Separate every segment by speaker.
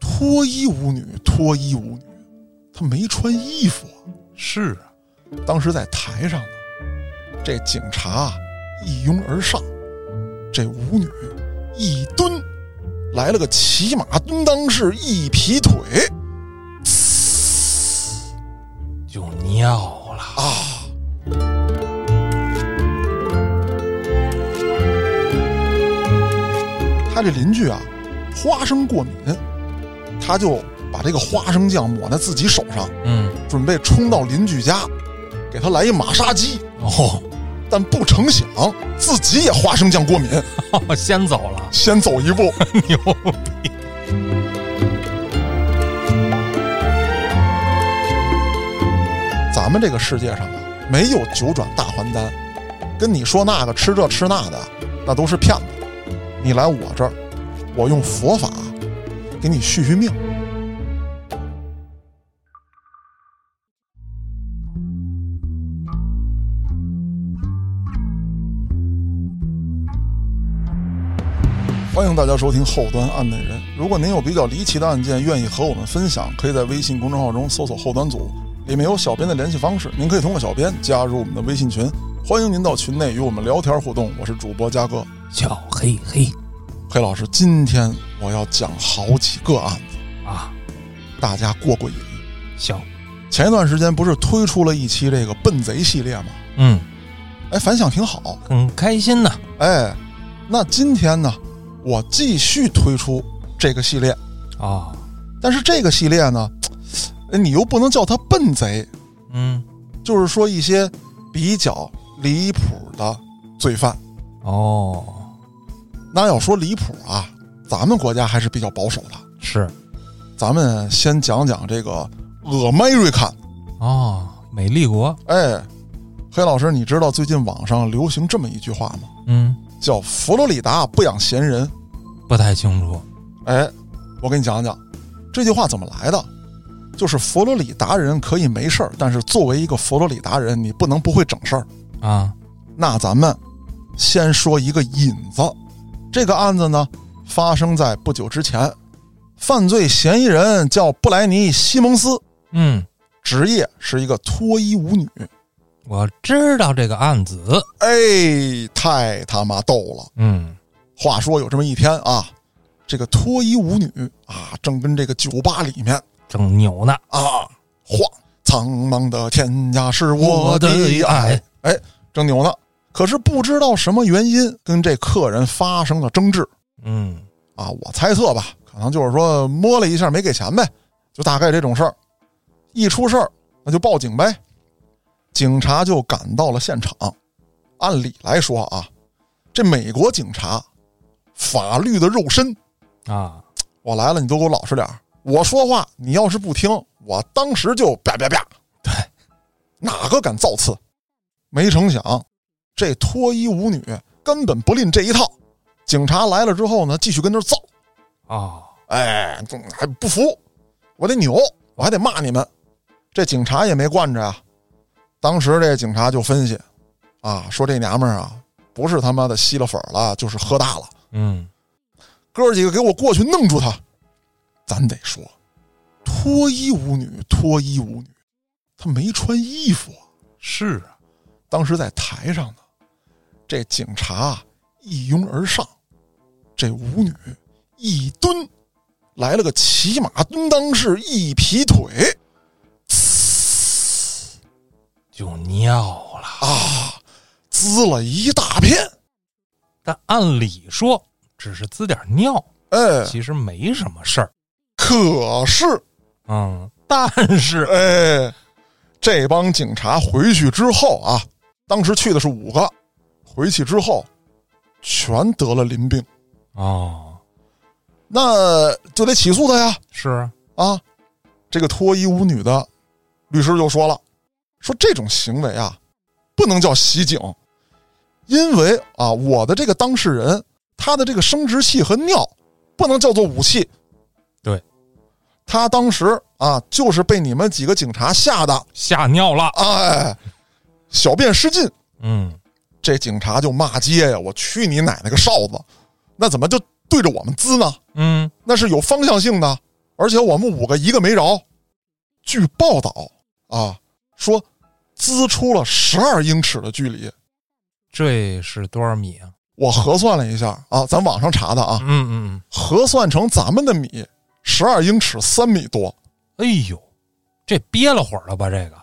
Speaker 1: 脱衣舞女，脱衣舞女，她没穿衣服。
Speaker 2: 是啊，
Speaker 1: 当时在台上呢，这警察一拥而上，这舞女一蹲，来了个骑马蹲裆式，一劈腿
Speaker 2: 就尿了。
Speaker 1: 啊！他这邻居啊，花生过敏，他就把这个花生酱抹在自己手上，
Speaker 2: 嗯，
Speaker 1: 准备冲到邻居家，给他来一马杀鸡。
Speaker 2: 哦，
Speaker 1: 但不成想，自己也花生酱过敏，
Speaker 2: 先走了， 哎
Speaker 1: 先走一步。
Speaker 2: 牛。
Speaker 1: 咱们这个世界上啊，没有九转大还丹，跟你说那个吃这吃那的，那都是骗子。你来我这儿，我用佛法给你续续命。欢迎大家收听《后端案内人》。如果您有比较离奇的案件，愿意和我们分享，可以在微信公众号中搜索“后端组”，里面有小编的联系方式，您可以通过小编加入我们的微信群。欢迎您到群内与我们聊天互动。我是主播嘉哥，
Speaker 2: 小黑黑
Speaker 1: 黑老师。今天我要讲好几个案子，
Speaker 2: 啊，
Speaker 1: 大家过过瘾。
Speaker 2: 小，
Speaker 1: 前一段时间不是推出了一期这个笨贼系列吗？
Speaker 2: 嗯，
Speaker 1: 哎，反响挺好。
Speaker 2: 很开心呢。
Speaker 1: 哎，那今天呢，我继续推出这个系列。
Speaker 2: 哦，
Speaker 1: 但是这个系列呢，呃你又不能叫它笨贼，
Speaker 2: 嗯，
Speaker 1: 就是说一些比较离谱的罪犯。
Speaker 2: 哦，
Speaker 1: 那要说离谱啊，咱们国家还是比较保守的。
Speaker 2: 是，
Speaker 1: 咱们先讲讲这个 American。
Speaker 2: 哦，美丽国，
Speaker 1: 哎，黑老师，你知道最近网上流行这么一句话吗？
Speaker 2: 嗯，
Speaker 1: 叫“佛罗里达不养闲人
Speaker 2: 不太清楚。”。
Speaker 1: 哎，我给你讲讲这句话怎么来的。就是佛罗里达人可以没事儿，但是作为一个佛罗里达人，你不能不会整事儿。
Speaker 2: 啊，
Speaker 1: 那咱们先说一个引子，这个案子呢发生在不久之前，犯罪嫌疑人叫布莱尼·西蒙斯，
Speaker 2: 嗯，
Speaker 1: 职业是一个脱衣舞女。
Speaker 2: 我知道这个案子。
Speaker 1: 哎，太他妈逗了！
Speaker 2: 嗯，
Speaker 1: 话说有这么一天啊，这个脱衣舞女啊，正跟这个酒吧里面
Speaker 2: 正扭呢。
Speaker 1: 啊晃，苍茫的天涯是我的爱，哎，正牛呢。可是不知道什么原因，跟这客人发生了争执。
Speaker 2: 嗯，
Speaker 1: 啊，我猜测吧，可能就是说摸了一下没给钱呗，就大概这种事儿。一出事儿，那就报警呗。警察就赶到了现场。按理来说啊，这美国警察，法律的肉身，
Speaker 2: 啊，
Speaker 1: 我来了，你都给我老实点儿。我说话，你要是不听，我当时就啪啪啪。
Speaker 2: 对，
Speaker 1: 哪个敢造次？没成想，这脱衣舞女根本不吝这一套。警察来了之后呢，继续跟这儿造。
Speaker 2: 哦，
Speaker 1: 哎，这还不服，我得扭，我还得骂你们。这警察也没惯着啊。当时这警察就分析，啊，说这娘们儿啊，不是他妈的吸了粉儿了，就是喝大了。
Speaker 2: 嗯，
Speaker 1: 哥儿几个给我过去弄住他！咱得说，脱衣舞女，脱衣舞女，她没穿衣服啊。
Speaker 2: 是啊，
Speaker 1: 当时在台上呢，这警察一拥而上，这舞女一蹲，来了个骑马蹲裆式，一劈腿
Speaker 2: 就尿了。
Speaker 1: 啊，滋了一大片。
Speaker 2: 但按理说只是滋点尿，
Speaker 1: 哎，
Speaker 2: 其实没什么事儿。
Speaker 1: 可是
Speaker 2: 嗯， 但是
Speaker 1: 哎，这帮警察回去之后啊，当时去的是五个，回去之后全得了淋病，
Speaker 2: 哦，
Speaker 1: 那就得起诉他呀。
Speaker 2: 是啊
Speaker 1: 啊，这个脱衣舞女的律师就说了，说这种行为啊，不能叫袭警，因为啊，我的这个当事人他的这个生殖器和尿不能叫做武器。
Speaker 2: 对，
Speaker 1: 他当时啊，就是被你们几个警察吓得，
Speaker 2: 吓尿了。
Speaker 1: 哎，小便失禁，
Speaker 2: 嗯，
Speaker 1: 这警察就骂街呀！我去你奶奶个哨子，那怎么就对着我们滋呢？
Speaker 2: 嗯，
Speaker 1: 那是有方向性的，而且我们五个一个没着。据报道啊，说滋出了十二英尺的距离。
Speaker 2: 这是多少米啊？
Speaker 1: 我核算了一下啊，咱网上查的啊，
Speaker 2: 嗯嗯
Speaker 1: 核算成咱们的米，十二英尺三米多。
Speaker 2: 嗯，哎呦，这憋了会儿了吧？这个，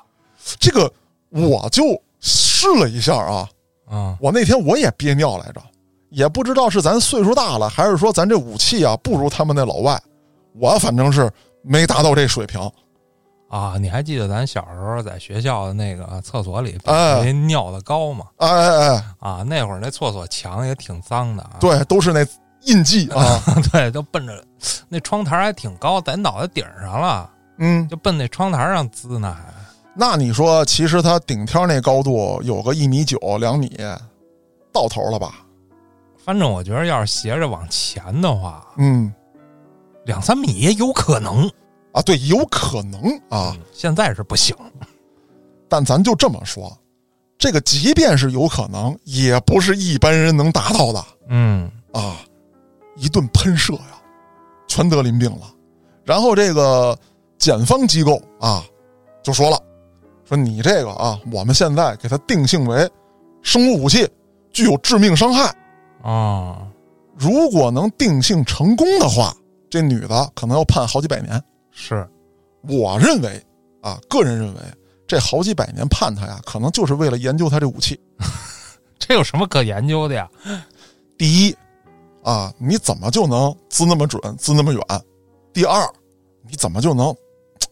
Speaker 1: 这个我就试了一下啊，
Speaker 2: 嗯
Speaker 1: 我那天我也憋尿来着，也不知道是咱岁数大了，还是说咱这武器啊不如他们那老外。我反正是没达到这水平。
Speaker 2: 啊，你还记得咱小时候在学校的那个厕所里，
Speaker 1: 哎
Speaker 2: 那尿的高吗？
Speaker 1: 哎哎哎，
Speaker 2: 啊，那会儿那厕所墙也挺脏的啊，
Speaker 1: 对，都是那印记啊。
Speaker 2: 对，都奔着那窗台还挺高，在脑袋顶上了，
Speaker 1: 嗯，
Speaker 2: 就奔那窗台上滋呢，还
Speaker 1: 那你说，其实它顶天那高度有个一米九、两米，到头了吧？
Speaker 2: 反正我觉得要是斜着往前的话，
Speaker 1: 嗯，
Speaker 2: 两三米也有可能
Speaker 1: 啊，对，有可能啊，，
Speaker 2: 嗯现在是不行。
Speaker 1: 但咱就这么说，这个即便是有可能，也不是一般人能达到的。
Speaker 2: 嗯，
Speaker 1: 啊，一顿喷射呀，全得淋病了。然后这个检方机构啊，就说了，说你这个啊，我们现在给它定性为生物武器，具有致命伤害。
Speaker 2: 哦，
Speaker 1: 如果能定性成功的话，这女的可能要判好几百年。
Speaker 2: 是，
Speaker 1: 我认为啊，个人认为，这好几百年判她呀，可能就是为了研究她这武器。
Speaker 2: 这有什么可研究的呀？
Speaker 1: 第一，啊，你怎么就能滋那么准、滋那么远？第二，你怎么就能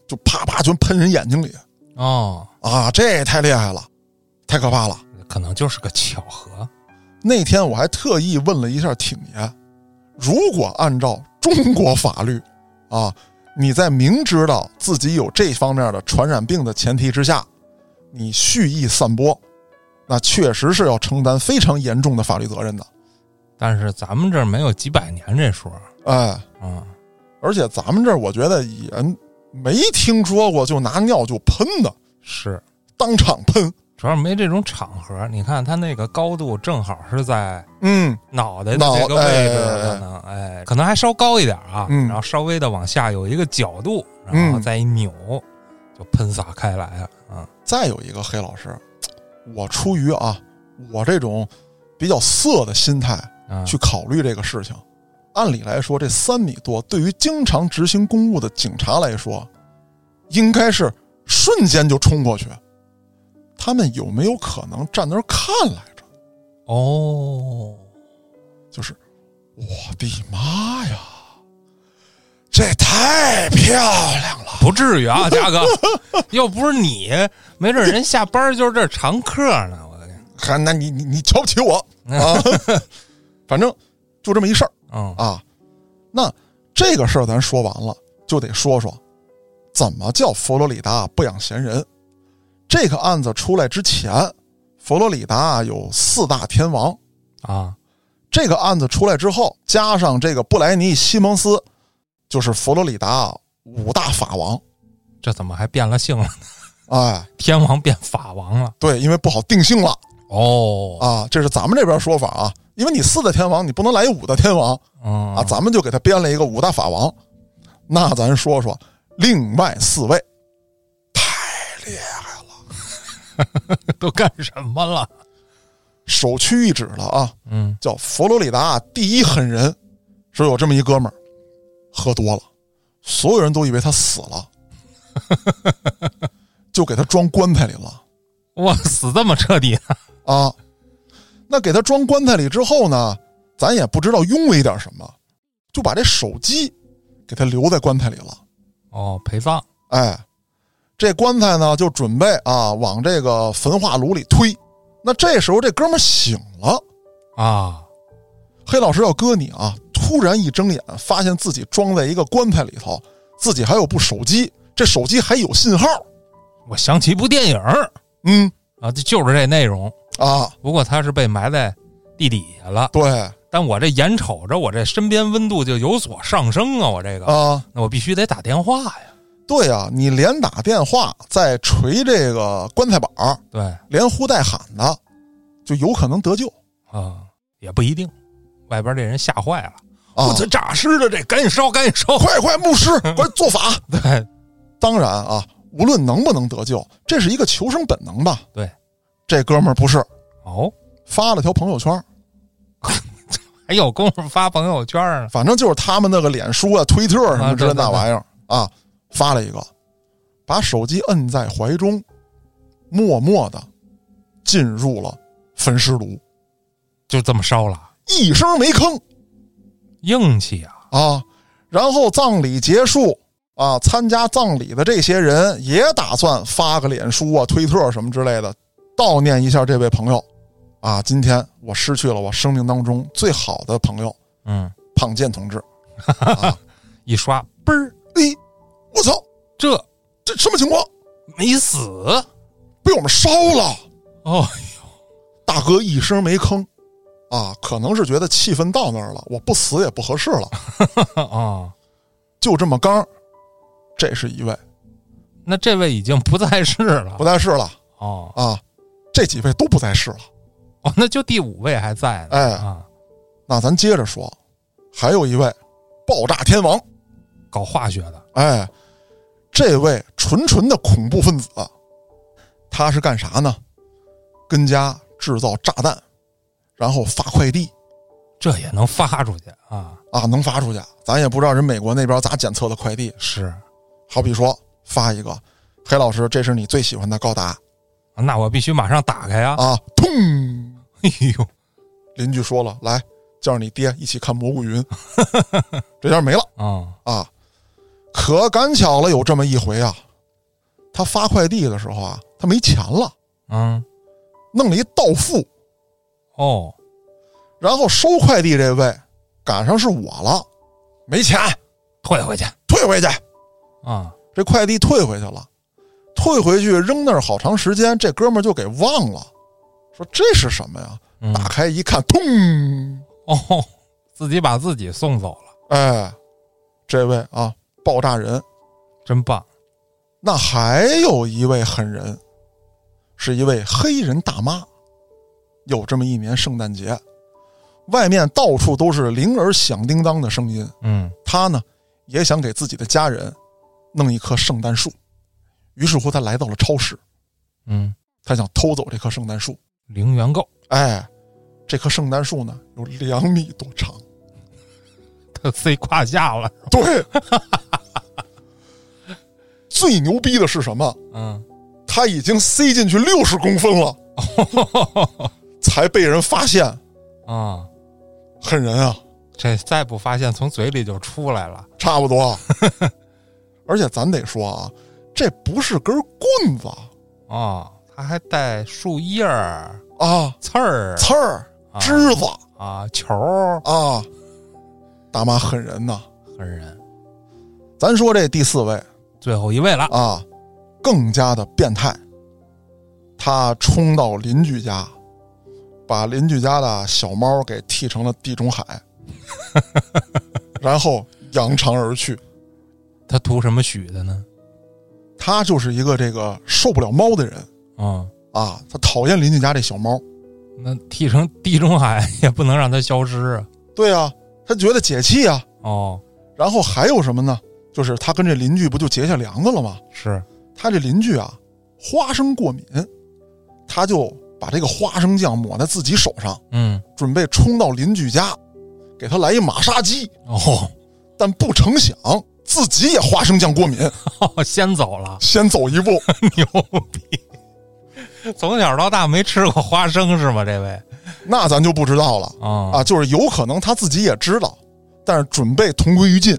Speaker 1: 就啪啪全喷人眼睛里
Speaker 2: 哦，
Speaker 1: 啊？这也太厉害了，太可怕了。
Speaker 2: 可能就是个巧合。
Speaker 1: 那天我还特意问了一下挺爷，如果按照中国法律啊，你在明知道自己有这方面的传染病的前提之下，你蓄意散播，那确实是要承担非常严重的法律责任的。
Speaker 2: 但是咱们这儿没有几百年这说，
Speaker 1: 哎，
Speaker 2: 嗯，
Speaker 1: 而且咱们这儿我觉得也没听说过就拿尿就喷的，
Speaker 2: 是，
Speaker 1: 当场喷。
Speaker 2: 主要没这种场合。你看他那个高度正好是在
Speaker 1: 嗯，
Speaker 2: 脑袋的
Speaker 1: 脑
Speaker 2: 这个位置，可能哎，可能还稍高一点啊，
Speaker 1: 嗯
Speaker 2: 然后稍微的往下有一个角度，然后
Speaker 1: 嗯
Speaker 2: 再一扭，就喷洒开来了。嗯，
Speaker 1: 再有一个黑老师，我出于啊我这种比较色的心态
Speaker 2: 嗯
Speaker 1: 去考虑这个事情。按理来说，这三米多对于经常执行公务的警察来说，应该是瞬间就冲过去。他们有没有可能站那儿看来着？
Speaker 2: 哦，
Speaker 1: 就是我的妈呀，这太漂亮了！
Speaker 2: 不至于啊，嘉哥，又不是你，没准人下班就是这儿常客呢。我跟你，
Speaker 1: 还那你你你瞧不起我啊？反正就这么一事儿
Speaker 2: 嗯
Speaker 1: 啊。那这个事儿咱说完了，就得说说怎么叫佛罗里达不养闲人。这个案子出来之前，佛罗里达有四大天王。
Speaker 2: 啊，
Speaker 1: 这个案子出来之后，加上这个布莱尼·西蒙斯，就是佛罗里达五大法王。
Speaker 2: 这怎么还变了性了？
Speaker 1: 哎，
Speaker 2: 天王变法王了？
Speaker 1: 对，因为不好定性了
Speaker 2: 哦，
Speaker 1: 啊，这是咱们这边说法啊。因为你四大天王，你不能来一五大天王
Speaker 2: 嗯
Speaker 1: 啊，咱们就给他编了一个五大法王。那咱说说另外四位，
Speaker 2: 都干什么了？
Speaker 1: 首屈一指了啊，
Speaker 2: 嗯，
Speaker 1: 叫佛罗里达第一狠人，说有这么一哥们儿，喝多了，所有人都以为他死了，就给他装棺材里了
Speaker 2: 哇，死这么彻底呢？
Speaker 1: 啊。那给他装棺材里之后呢，咱也不知道因为点什么，就把这手机给他留在棺材里了。
Speaker 2: 哦，陪葬。
Speaker 1: 哎，这棺材呢就准备啊往这个焚化炉里推。那这时候这哥们儿醒了，
Speaker 2: 啊，
Speaker 1: 黑老师要搁你啊！突然一睁眼，发现自己装在一个棺材里头，自己还有部手机，这手机还有信号。
Speaker 2: 我想起一部电影儿
Speaker 1: 嗯
Speaker 2: 啊，就就是这内容，
Speaker 1: 啊，
Speaker 2: 不过他是被埋在地底下了。
Speaker 1: 对
Speaker 2: 但我这眼瞅着我这身边温度就有所上升啊，我这个，
Speaker 1: 啊，
Speaker 2: 那我必须得打电话呀。
Speaker 1: 对啊，你连打电话再捶这个棺材板儿，
Speaker 2: 对，
Speaker 1: 连呼带喊的，就有可能得救。
Speaker 2: 啊，也不一定，外边这人吓坏了，
Speaker 1: 啊
Speaker 2: 我操，诈尸的这，赶紧烧，赶紧 烧！
Speaker 1: 快快，牧师，快做法！
Speaker 2: 对
Speaker 1: 当然啊，无论能不能得救，这是一个求生本能吧？
Speaker 2: 对，
Speaker 1: 这哥们儿不是
Speaker 2: 哦，
Speaker 1: 发了条朋友圈，
Speaker 2: 还有功夫发朋友圈呢。
Speaker 1: 反正就是他们那个脸书啊、推特什么之类的那玩意儿啊，发了一个，把手机摁在怀中，默默的进入了焚尸炉，
Speaker 2: 就这么烧了，
Speaker 1: 一声没吭
Speaker 2: 硬气啊！
Speaker 1: 啊。然后葬礼结束啊，参加葬礼的这些人也打算发个脸书啊、推特什么之类的，悼念一下这位朋友啊。今天我失去了我生命当中最好的朋友
Speaker 2: 嗯，
Speaker 1: 胖健同志，
Speaker 2: 一刷
Speaker 1: 嘣儿，哎，我操！
Speaker 2: 这
Speaker 1: 这什么情况？
Speaker 2: 没死
Speaker 1: 被我们烧了！
Speaker 2: 哦，
Speaker 1: 大哥一声没吭，啊，可能是觉得气氛到那儿了，我不死也不合适了，
Speaker 2: 哦，
Speaker 1: 就这么刚儿。这是一位，
Speaker 2: 那这位已经不在世了
Speaker 1: 不在世了
Speaker 2: 哦
Speaker 1: 啊，这几位都不在世了。
Speaker 2: 哦，那就第五位还在呢。
Speaker 1: 哎
Speaker 2: 啊，
Speaker 1: 那咱接着说，还有一位爆炸天王，
Speaker 2: 搞化学的
Speaker 1: 哎，这位纯纯的恐怖分子，他是干啥呢？跟家制造炸弹，然后发快递
Speaker 2: 这也能发出去啊？
Speaker 1: 啊，能发出去。咱也不知道人美国那边咋检测的快递，
Speaker 2: 是，
Speaker 1: 好比说发一个，黑老师，这是你最喜欢的高达
Speaker 2: 那我必须马上打开呀！
Speaker 1: 啊！砰！
Speaker 2: 哎呦，
Speaker 1: 邻居说了，来叫上你爹一起看蘑菇云，这下没了
Speaker 2: 嗯
Speaker 1: 啊！可赶巧了，有这么一回啊，他发快递的时候啊，他没钱了，
Speaker 2: 嗯
Speaker 1: 弄了一到付，
Speaker 2: 哦，
Speaker 1: 然后收快递这位赶上是我了，没钱
Speaker 2: 退回去
Speaker 1: 退回去，
Speaker 2: 啊！
Speaker 1: 这快递退回去了，退回去扔那儿好长时间，这哥们儿就给忘了，说这是什么呀？
Speaker 2: 嗯
Speaker 1: 打开一看，咚！
Speaker 2: 哦，自己把自己送走了，
Speaker 1: 哎，这位啊，爆炸人。
Speaker 2: 真棒！
Speaker 1: 那还有一位狠人，是一位黑人大妈。有这么一年圣诞节，外面到处都是铃儿响叮当的声音。
Speaker 2: 嗯，
Speaker 1: 她呢，也想给自己的家人弄一棵圣诞树。于是乎，她来到了超市，
Speaker 2: 嗯，
Speaker 1: 她想偷走这棵圣诞树。
Speaker 2: 零元购，
Speaker 1: 哎，这棵圣诞树呢，有两米多长。
Speaker 2: 他塞胯下了。
Speaker 1: 对，最牛逼的是什么？
Speaker 2: 嗯，
Speaker 1: 他已经塞进去六十公分了，才被人发现，
Speaker 2: 啊，
Speaker 1: 狠人啊，
Speaker 2: 这再不发现，从嘴里就出来了。
Speaker 1: 差不多。啊而且咱得说啊，这不是根棍子
Speaker 2: 哦，他还带树叶儿、
Speaker 1: 啊，
Speaker 2: 刺儿
Speaker 1: 刺儿、枝子
Speaker 2: 啊、球 儿，
Speaker 1: 啊，大妈狠人呐、
Speaker 2: 狠人。
Speaker 1: 咱说这第四位
Speaker 2: 最后一位了，
Speaker 1: 啊，更加的变态，他冲到邻居家，把邻居家的小猫给剃成了地中海，然后扬长而去。
Speaker 2: 他图什么许的呢？
Speaker 1: 他就是一个这个受不了猫的人
Speaker 2: 啊、
Speaker 1: 啊，他讨厌邻居家这小猫。
Speaker 2: 那剃成地中海也不能让它消失啊。
Speaker 1: 对啊，他觉得解气啊。
Speaker 2: 哦，
Speaker 1: 然后还有什么呢？就是他跟这邻居不就结下梁子了吗？
Speaker 2: 是，
Speaker 1: 他这邻居啊，花生过敏，他就把这个花生酱抹在自己手上，
Speaker 2: 嗯，
Speaker 1: 准备冲到邻居家，给他来一马杀鸡。
Speaker 2: 哦，
Speaker 1: 但不成想，自己也花生酱过敏，
Speaker 2: 哦 先走了，
Speaker 1: 先走一步。
Speaker 2: 牛逼！从小到大没吃过花生是吗？这位
Speaker 1: 那咱就不知道了。
Speaker 2: 啊
Speaker 1: 啊，就是有可能他自己也知道，但是准备同归于尽，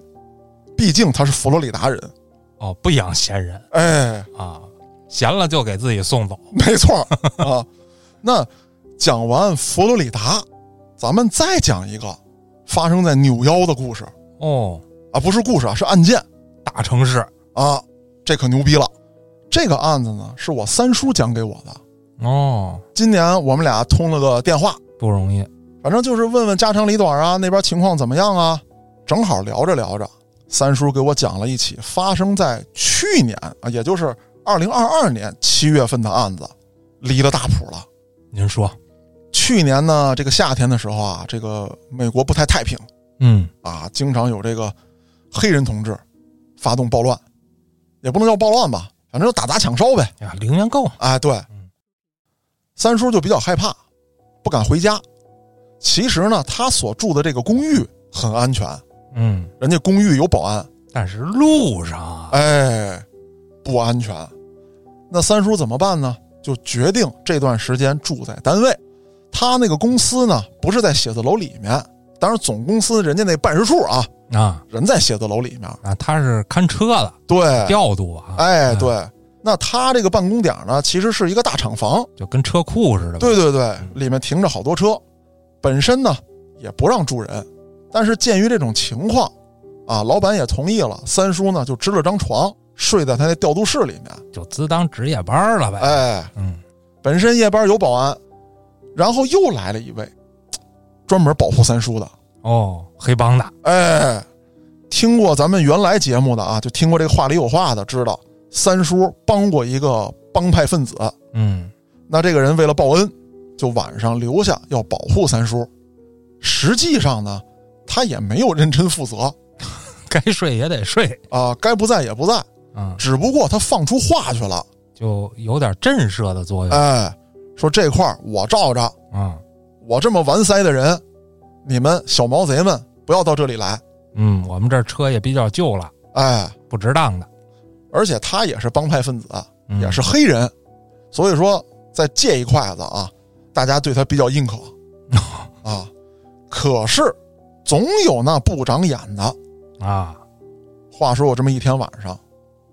Speaker 1: 毕竟他是佛罗里达人。
Speaker 2: 哦，不养闲人
Speaker 1: 哎，
Speaker 2: 啊，闲了就给自己送走。
Speaker 1: 没错儿啊。那讲完佛罗里达，咱们再讲一个发生在纽腰的故事
Speaker 2: 哦，
Speaker 1: 啊，不是故事啊，是案件
Speaker 2: 大城市
Speaker 1: 啊，这可牛逼了。这个案子呢，是我三叔讲给我的。
Speaker 2: 哦，
Speaker 1: 今年我们俩通了个电话，
Speaker 2: 不容易。
Speaker 1: 反正就是问问家长里短啊，那边情况怎么样啊？正好聊着聊着，三叔给我讲了一起发生在去年啊，也就是二零二二年七月份的案子，离了大谱了。
Speaker 2: 您说，
Speaker 1: 去年呢，这个夏天的时候啊，这个美国不太太平
Speaker 2: 嗯
Speaker 1: 啊，经常有这个黑人同志发动暴乱，也不能叫暴乱吧，反正就打砸抢烧呗。
Speaker 2: 呀，零元购，
Speaker 1: 哎，对，三叔就比较害怕，不敢回家。其实呢，他所住的这个公寓很安全，
Speaker 2: 嗯，
Speaker 1: 人家公寓有保安，
Speaker 2: 但是路上啊，
Speaker 1: 哎，不安全。那三叔怎么办呢？就决定这段时间住在单位。他那个公司呢，不是在写字楼里面，当然总公司人家那办事处啊，
Speaker 2: 啊
Speaker 1: 人在写字楼里面。
Speaker 2: 啊，他是看车的
Speaker 1: 对，
Speaker 2: 调度啊，
Speaker 1: 哎，
Speaker 2: 嗯，
Speaker 1: 对。那他这个办公点呢，其实是一个大厂房，
Speaker 2: 就跟车库似的，
Speaker 1: 对，对对，里面停着好多车，本身呢也不让住人，但是鉴于这种情况，啊，老板也同意了，三叔呢就支了张床睡在他那调度室里面，
Speaker 2: 就自当值夜班了呗，
Speaker 1: 哎，
Speaker 2: 嗯，
Speaker 1: 本身夜班有保安，然后又来了一位专门保护三叔的，
Speaker 2: 哦，黑帮的，
Speaker 1: 哎，听过咱们原来节目的啊，就听过这个话里有话的，知道三叔帮过一个帮派分子，
Speaker 2: 嗯
Speaker 1: 那这个人为了报恩，就晚上留下要保护三叔。实际上呢，他也没有认真负责
Speaker 2: 该睡也得睡，
Speaker 1: 啊、该不在也不在，
Speaker 2: 嗯，
Speaker 1: 只不过他放出话去了，
Speaker 2: 就有点震慑的作用，
Speaker 1: 哎，说这块儿我罩着，
Speaker 2: 啊，
Speaker 1: 我这么完塞的人，你们小毛贼们不要到这里来，
Speaker 2: 嗯，我们这车也比较旧了，
Speaker 1: 哎，
Speaker 2: 不值当的，
Speaker 1: 而且他也是帮派分子，啊
Speaker 2: 嗯
Speaker 1: 也是黑人，所以说在这一块子啊，大家对他比较认可啊。可是总有那不长眼的，
Speaker 2: 啊，
Speaker 1: 话说有这么一天晚上，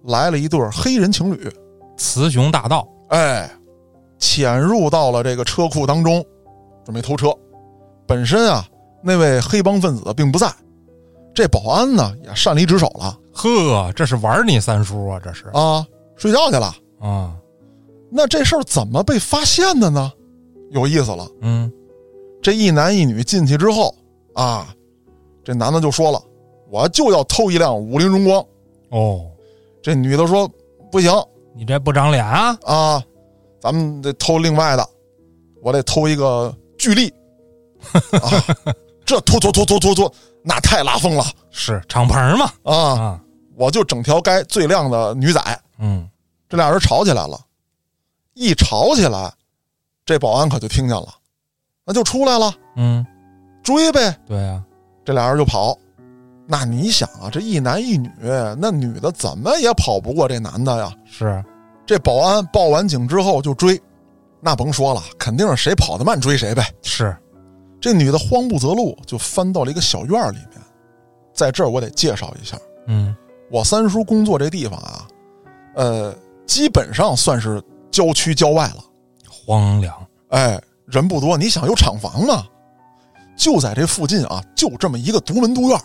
Speaker 1: 来了一对黑人情侣，
Speaker 2: 雌雄大盗，
Speaker 1: 哎，潜入到了这个车库当中，准备偷车。本身啊，那位黑帮分子并不在，这保安呢也擅离职守了
Speaker 2: 呵，这是玩你三叔啊，这是
Speaker 1: 啊，睡觉去了。
Speaker 2: 啊，
Speaker 1: 那这事儿怎么被发现的呢？有意思了，
Speaker 2: 嗯
Speaker 1: 这一男一女进去之后啊，这男的就说了：“我就要偷一辆五菱荣光。
Speaker 2: 哦，”
Speaker 1: 这女的说：“不行，
Speaker 2: 你这不长脸啊，
Speaker 1: 啊，咱们得偷另外的，我得偷一个巨力，啊，这偷偷偷偷偷偷，那太拉风了
Speaker 2: 是敞篷嘛，
Speaker 1: 啊！
Speaker 2: 啊，
Speaker 1: 我就整条街最靓的女仔，
Speaker 2: 嗯，
Speaker 1: 这俩人吵起来了，一吵起来，这保安可就听见了，那就出来了，
Speaker 2: 嗯，
Speaker 1: 追呗，
Speaker 2: 对啊，
Speaker 1: 这俩人就跑。那你想啊，这一男一女，那女的怎么也跑不过这男的呀？
Speaker 2: 是，
Speaker 1: 这保安报完警之后就追，那甭说了，肯定是谁跑得慢追谁呗。
Speaker 2: 是，
Speaker 1: 这女的慌不择路，就翻到了一个小院儿里面。在这儿我得介绍一下，
Speaker 2: 嗯，
Speaker 1: 我三叔工作这地方啊，呃，基本上算是郊区郊外了，
Speaker 2: 荒凉，
Speaker 1: 哎，人不多。你想有厂房嘛，就在这附近啊，就这么一个独门独院儿。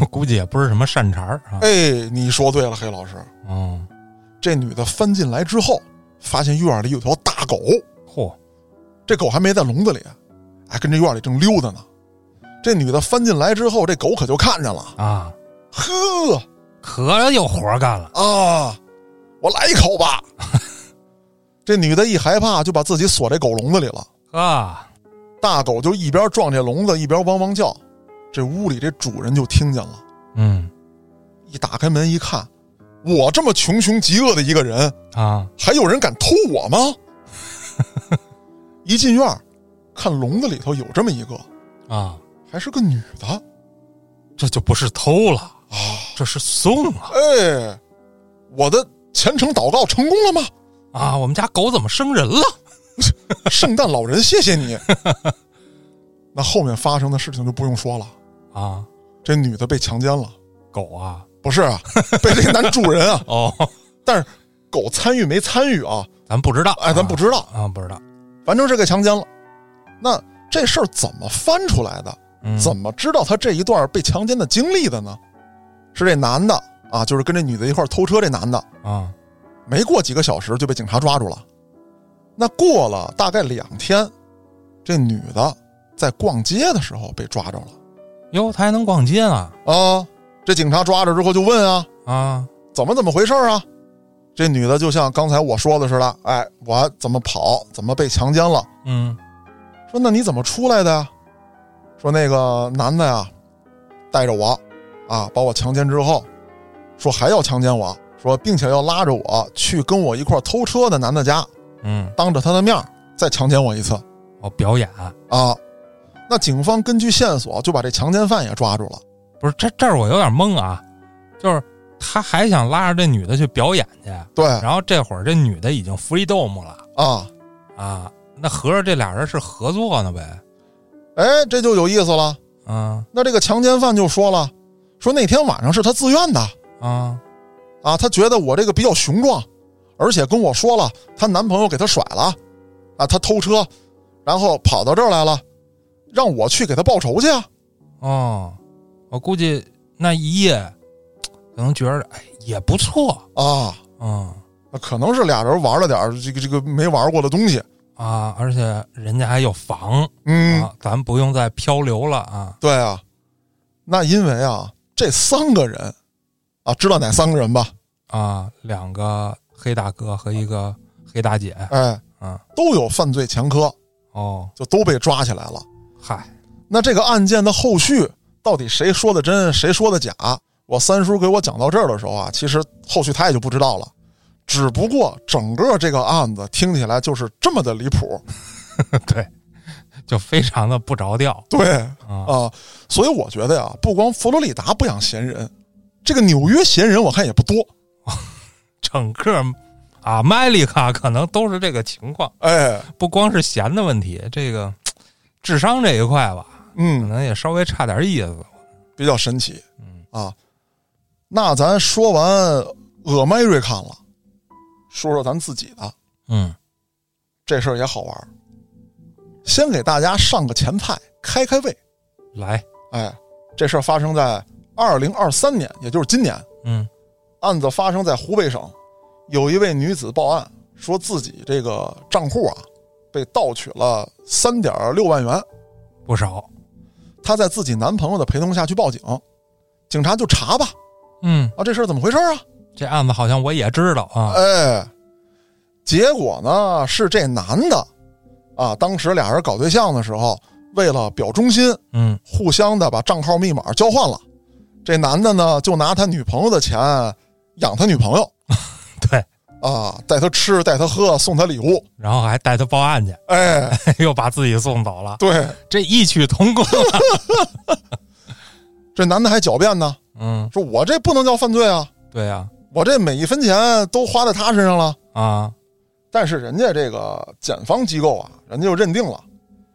Speaker 2: 我估计也不是什么善茬儿啊，
Speaker 1: 哎，你说对了，黑老师，
Speaker 2: 嗯，
Speaker 1: 这女的翻进来之后，发现院儿里有条大狗，
Speaker 2: 嚯，
Speaker 1: 这狗还没在笼子里，哎，跟这院里正溜达呢。这女的翻进来之后，这狗可就看见了，
Speaker 2: 啊，
Speaker 1: 呵，
Speaker 2: 可有活干了，
Speaker 1: 啊，我来一口吧。这女的一害怕，就把自己锁这狗笼子里了。
Speaker 2: 啊，
Speaker 1: 大狗就一边撞这笼子，一边汪汪叫。这屋里这主人就听见了，
Speaker 2: 嗯，
Speaker 1: 一打开门一看，我这么穷凶极恶的一个人，
Speaker 2: 啊，
Speaker 1: 还有人敢偷我吗？ 一进院儿，看笼子里头有这么一个，
Speaker 2: 啊，
Speaker 1: 还是个女的
Speaker 2: 这就不是偷了，哦
Speaker 1: 啊！
Speaker 2: 这是送啊，
Speaker 1: 哎，我的虔诚祷告成功 了吗？
Speaker 2: 啊，我们家狗怎么生人了？
Speaker 1: 圣诞老人，谢谢你。那后面发生的事情就不用说了，
Speaker 2: 啊，
Speaker 1: 这女的被强奸了，
Speaker 2: 狗啊，
Speaker 1: 不是 啊，被这男主人啊，
Speaker 2: 哦，
Speaker 1: 但是狗参与没参与啊？
Speaker 2: 咱不知道，
Speaker 1: 哎，咱不知道，
Speaker 2: 啊，不知道，
Speaker 1: 反正是给强奸了。那这事儿怎么翻出来的？
Speaker 2: 嗯，
Speaker 1: 怎么知道他这一段被强奸的经历的呢？是这男的啊，就是跟这女的一块儿偷车，这男的
Speaker 2: 啊，
Speaker 1: 没过几个小时就被警察抓住了。那过了大概两天，这女的在逛街的时候被抓着了。
Speaker 2: 哟，他还能逛街呢，
Speaker 1: 啊，这警察抓着之后就问啊，
Speaker 2: 啊，
Speaker 1: 怎么怎么回事啊？这女的就像刚才我说的似的，哎，我怎么跑，怎么被强奸了？
Speaker 2: 嗯，
Speaker 1: 说那你怎么出来的呀？说那个男的呀，带着我，啊，把我强奸之后，说还要强奸我，说并且要拉着我去跟我一块儿偷车的男的家，
Speaker 2: 嗯，
Speaker 1: 当着他的面儿再强奸我一次
Speaker 2: 哦，表演
Speaker 1: 啊。那警方根据线索就把这强奸犯也抓住了。
Speaker 2: 不是这这儿我有点懵啊，就是他还想拉着这女的去表演去，
Speaker 1: 对
Speaker 2: 然后这会儿这女的已经 freedom 了
Speaker 1: 啊，
Speaker 2: 啊，那合着这俩人是合作呢呗？
Speaker 1: 哎，这就有意思了。
Speaker 2: 啊
Speaker 1: 那这个强奸犯就说了，说那天晚上是他自愿的
Speaker 2: 啊
Speaker 1: 啊，他觉得我这个比较雄壮，而且跟我说了，她男朋友给她甩了，啊，她偷车，然后跑到这儿来了，让我去给她报仇去啊。
Speaker 2: 哦，我估计那一夜可能觉得哎也不错，
Speaker 1: 啊，
Speaker 2: 嗯
Speaker 1: 那可能是俩人玩了点儿这个这个没玩过的东西。
Speaker 2: 啊，而且人家还有房
Speaker 1: 嗯，
Speaker 2: 啊，咱不用再漂流了啊。
Speaker 1: 对啊，那因为啊，这三个人啊，知道哪三个人吧？
Speaker 2: 啊，两个黑大哥和一个黑大姐。
Speaker 1: 哎，
Speaker 2: 嗯，
Speaker 1: 都有犯罪前科，
Speaker 2: 哦，
Speaker 1: 就都被抓起来了。
Speaker 2: 嗨，
Speaker 1: 那这个案件的后续到底谁说的真，谁说的假？我三叔给我讲到这儿的时候啊，其实后续他也就不知道了。只不过整个这个案子听起来就是这么的离谱，
Speaker 2: 对，就非常的不着调
Speaker 1: 对
Speaker 2: 啊。
Speaker 1: 啊，所以我觉得呀、不光佛罗里达不养闲人，这个纽约闲人我看也不多。
Speaker 2: 整个啊，麦丽卡可能都是这个情况，
Speaker 1: 哎，
Speaker 2: 不光是闲的问题，这个智商这一块吧，可
Speaker 1: 嗯，
Speaker 2: 能也稍微差点意思。
Speaker 1: 比较神奇
Speaker 2: 嗯
Speaker 1: 啊。那咱说完俄麦瑞看了，说说咱自己的
Speaker 2: 嗯，
Speaker 1: 这事儿也好玩儿。先给大家上个前菜，开开胃。
Speaker 2: 来，
Speaker 1: 哎，这事儿发生在二零二三年，也就是今年。
Speaker 2: 嗯
Speaker 1: 案子发生在湖北省，有一位女子报案说自己这个账户啊被盗取了三点六万元。
Speaker 2: 不少，
Speaker 1: 她在自己男朋友的陪同下去报警，警察就查吧，
Speaker 2: 嗯，
Speaker 1: 啊，这事儿怎么回事啊？
Speaker 2: 这案子好像我也知道啊，
Speaker 1: 哎，结果呢是这男的啊，当时俩人搞对象的时候，为了表忠心，
Speaker 2: 嗯，
Speaker 1: 互相的把账号密码交换了。这男的呢，就拿他女朋友的钱养他女朋友
Speaker 2: 对，
Speaker 1: 啊，带他吃，带他喝，送他礼物。
Speaker 2: 然后还带他报案去，
Speaker 1: 哎，
Speaker 2: 又把自己送走了，
Speaker 1: 对，
Speaker 2: 这异曲同工。
Speaker 1: 这男的还狡辩呢，
Speaker 2: 嗯，
Speaker 1: 说我这不能叫犯罪啊，
Speaker 2: 对呀、
Speaker 1: 我这每一分钱都花在他身上了。
Speaker 2: 啊，
Speaker 1: 但是人家这个检方机构啊，人家就认定了，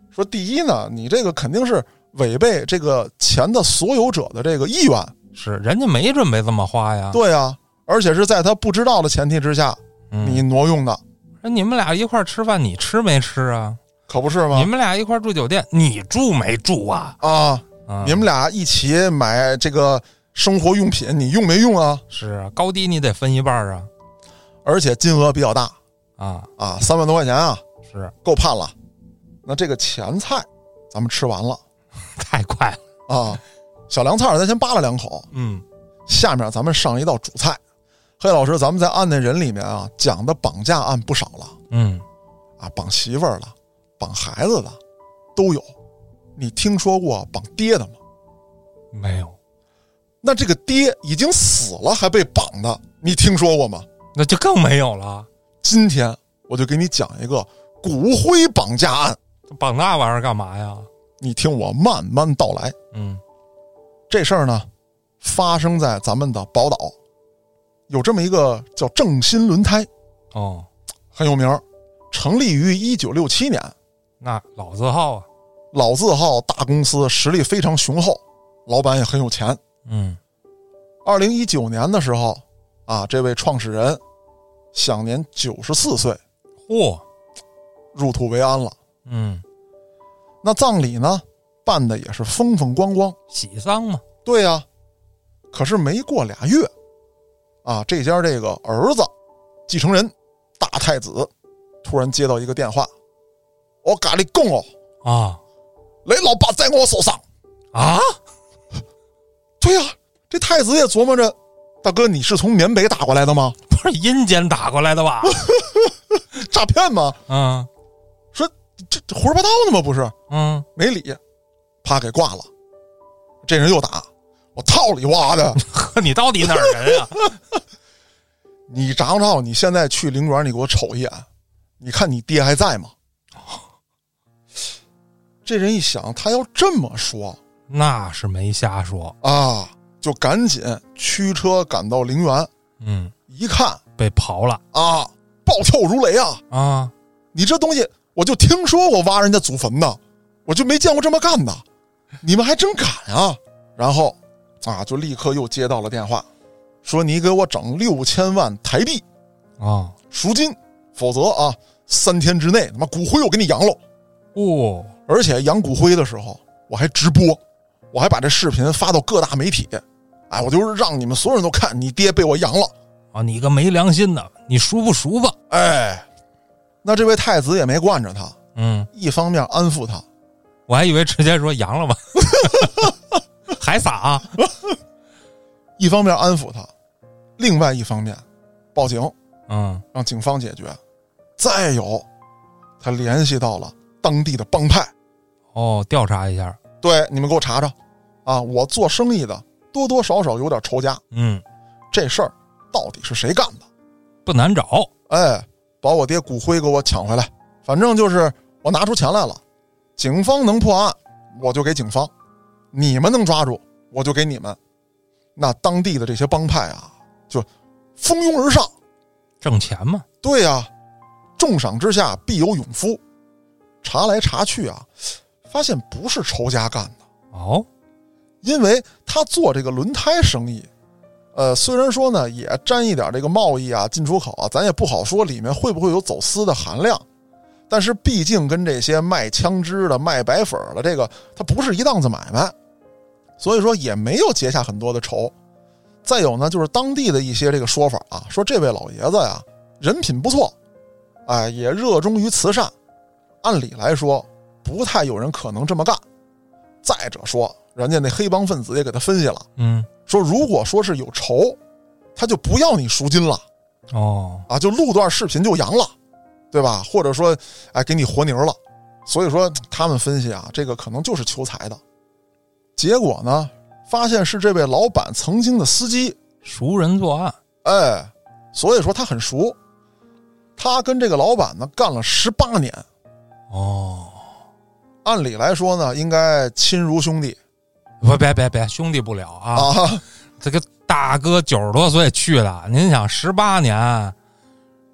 Speaker 1: 说第一呢，你这个肯定是违背这个钱的所有者的这个意愿，
Speaker 2: 是人家没准备这么花呀。
Speaker 1: 对啊，而且是在他不知道的前提之下，你
Speaker 2: 嗯，
Speaker 1: 挪用的，
Speaker 2: 那你们俩一块儿吃饭，你吃没吃啊？
Speaker 1: 可不是
Speaker 2: 你
Speaker 1: 吗？
Speaker 2: 们俩一块儿住酒店，你住没住啊？
Speaker 1: 啊，
Speaker 2: 啊
Speaker 1: 你们俩一起买这个生活用品，你用没用啊？
Speaker 2: 是啊，高低你得分一半儿啊
Speaker 1: 而且金额比较大
Speaker 2: 啊，
Speaker 1: 啊，三万多块钱啊，
Speaker 2: 是
Speaker 1: 够判了。那这个前菜咱们吃完了
Speaker 2: 太快了，
Speaker 1: 啊，小凉菜儿咱先扒拉两口，
Speaker 2: 嗯
Speaker 1: 下面咱们上一道主菜。黑老师，咱们在案内人里面啊讲的绑架案不少了
Speaker 2: 嗯，
Speaker 1: 啊，绑媳妇儿的，绑孩子的都有。你听说过绑爹的吗？
Speaker 2: 没有，
Speaker 1: 那这个爹已经死了还被绑的，你听说过吗？
Speaker 2: 那就更没有了，
Speaker 1: 今天我就给你讲一个骨灰绑架案，
Speaker 2: 绑那玩意儿干嘛呀？
Speaker 1: 你听我慢慢道来。
Speaker 2: 嗯，
Speaker 1: 这事儿呢，发生在咱们的宝岛，有这么一个叫正新轮胎，
Speaker 2: 哦，
Speaker 1: 很有名儿，成立于一九六七年，
Speaker 2: 那老字号啊，
Speaker 1: 老字号大公司，实力非常雄厚，老板也很有钱。
Speaker 2: 嗯
Speaker 1: 二零一九年的时候，啊，这位创始人享年九十四岁，
Speaker 2: 嚯、
Speaker 1: 入土为安了。
Speaker 2: 嗯，
Speaker 1: 那葬礼呢，办的也是风风光光。
Speaker 2: 喜丧嘛，
Speaker 1: 对呀、可是没过俩月，啊，这家这个儿子继承人大太子突然接到一个电话，我跟你讲哦，
Speaker 2: 啊
Speaker 1: 你老爸在我手上。
Speaker 2: 啊，
Speaker 1: 对呀、这太子也琢磨着，大哥你是从缅北打过来的吗？
Speaker 2: 不是阴间打过来 的吧？
Speaker 1: 诈骗吗？
Speaker 2: 嗯
Speaker 1: 说这这胡说八道呢吗？不是，
Speaker 2: 嗯，
Speaker 1: 没理，啪给挂了。这人又打，我操你妈的！
Speaker 2: 呵，你到底哪儿人啊？
Speaker 1: 你找找，你现在去陵园，你给我瞅一眼，你看你爹还在吗？这人一想，他要这么说
Speaker 2: 那是没瞎说，
Speaker 1: 啊，就赶紧驱车赶到陵园，
Speaker 2: 嗯，
Speaker 1: 一看
Speaker 2: 被刨了
Speaker 1: 啊，暴跳如雷啊！
Speaker 2: 啊，
Speaker 1: 你这东西，我就听说过挖人家祖坟的，我就没见过这么干的，你们还真敢啊！然后啊，就立刻又接到了电话，说你给我整六千万台币
Speaker 2: 啊，
Speaker 1: 赎金，否则啊，三天之内他妈骨灰我给你扬喽！
Speaker 2: 哦，
Speaker 1: 而且扬骨灰的时候，我还直播，我还把这视频发到各大媒体，哎，我就是让你们所有人都看你爹被我扬了。
Speaker 2: 啊，你个没良心的，你赎不赎吧？
Speaker 1: 哎，那这位太子也没惯着他，
Speaker 2: 嗯，
Speaker 1: 一方面安抚他，
Speaker 2: 我还以为直接说阳 了吧，还撒啊？
Speaker 1: 一方面安抚他，另外一方面报警
Speaker 2: 嗯，
Speaker 1: 让警方解决。再有，他联系到了当地的帮派，
Speaker 2: 哦，调查一下，
Speaker 1: 对你们给我查查啊！我做生意的多多少少有点仇家，
Speaker 2: 嗯，
Speaker 1: 这事儿到底是谁干的？
Speaker 2: 不难找，
Speaker 1: 哎，把我爹骨灰给我抢回来。反正就是我拿出钱来了，警方能破案，我就给警方；你们能抓住，我就给你们。那当地的这些帮派啊，就蜂拥而上。
Speaker 2: 挣钱嘛，
Speaker 1: 对呀、重赏之下必有勇夫。查来查去啊，发现不是仇家干的，
Speaker 2: 哦，
Speaker 1: 因为他做这个轮胎生意，呃，虽然说呢也沾一点这个贸易啊、进出口啊，咱也不好说里面会不会有走私的含量，但是毕竟跟这些卖枪支的、卖白粉儿的这个，它不是一档子买卖，所以说也没有结下很多的仇。再有呢，就是当地的一些这个说法啊，说这位老爷子呀，人品不错，哎，也热衷于慈善，按理来说不太有人可能这么干。再者说，人家那黑帮分子也给他分析了，
Speaker 2: 嗯，
Speaker 1: 说如果说是有仇，他就不要你赎金了
Speaker 2: 哦，
Speaker 1: 啊，就录段视频就扬了，对吧？或者说，哎，给你活牛了。所以说，他们分析啊，这个可能就是求财的。结果呢，发现是这位老板曾经的司机，
Speaker 2: 熟人作案，
Speaker 1: 哎，所以说他很熟。他跟这个老板呢干了十八年，
Speaker 2: 哦，
Speaker 1: 按理来说呢，应该亲如兄弟
Speaker 2: 不，别别别，兄弟不了啊，
Speaker 1: 啊。
Speaker 2: 这个大哥九十多岁去的，您想十八年，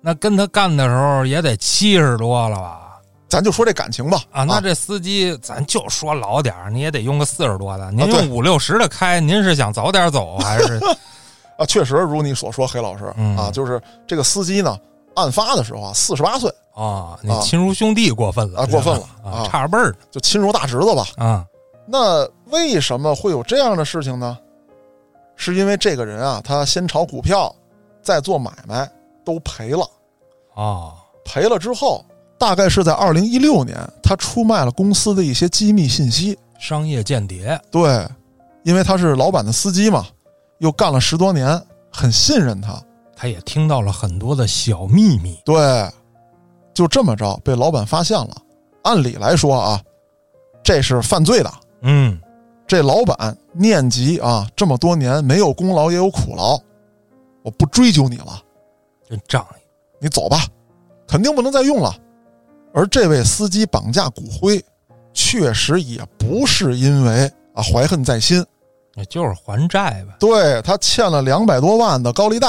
Speaker 2: 那跟他干的时候也得七十多了吧？
Speaker 1: 咱就说这感情吧
Speaker 2: 啊，那这司机咱就说老点儿，你也得用个四十多的，您
Speaker 1: 啊对
Speaker 2: 用五六十的开，您是想早点走还 是？
Speaker 1: 啊，确实如你所说，黑老师、
Speaker 2: 嗯
Speaker 1: 啊，就是这个司机呢，案发的时候啊，四十八岁，
Speaker 2: 哦，你
Speaker 1: 啊
Speaker 2: 亲如兄弟过分了
Speaker 1: 啊过分了
Speaker 2: 啊，
Speaker 1: 啊
Speaker 2: 差点辈儿呢
Speaker 1: 就亲如大侄子吧。
Speaker 2: 啊，
Speaker 1: 那为什么会有这样的事情呢？是因为这个人啊，他先炒股票，再做买卖，都赔了。
Speaker 2: 哦，
Speaker 1: 赔了之后，大概是在二零一六年，他出卖了公司的一些机密信息。
Speaker 2: 商业间谍，
Speaker 1: 对，因为他是老板的司机嘛，又干了十多年，很信任他。
Speaker 2: 他也听到了很多的小秘密，
Speaker 1: 对，就这么着被老板发现了。按理来说啊，这是犯罪的。
Speaker 2: 嗯，
Speaker 1: 这老板念及啊，这么多年没有功劳也有苦劳，我不追究你了，
Speaker 2: 真仗义，
Speaker 1: 你走吧，肯定不能再用了。而这位司机绑架骨灰，确实也不是因为啊怀恨在心，
Speaker 2: 也就是还债呗。
Speaker 1: 对他欠了两百多万的高利贷，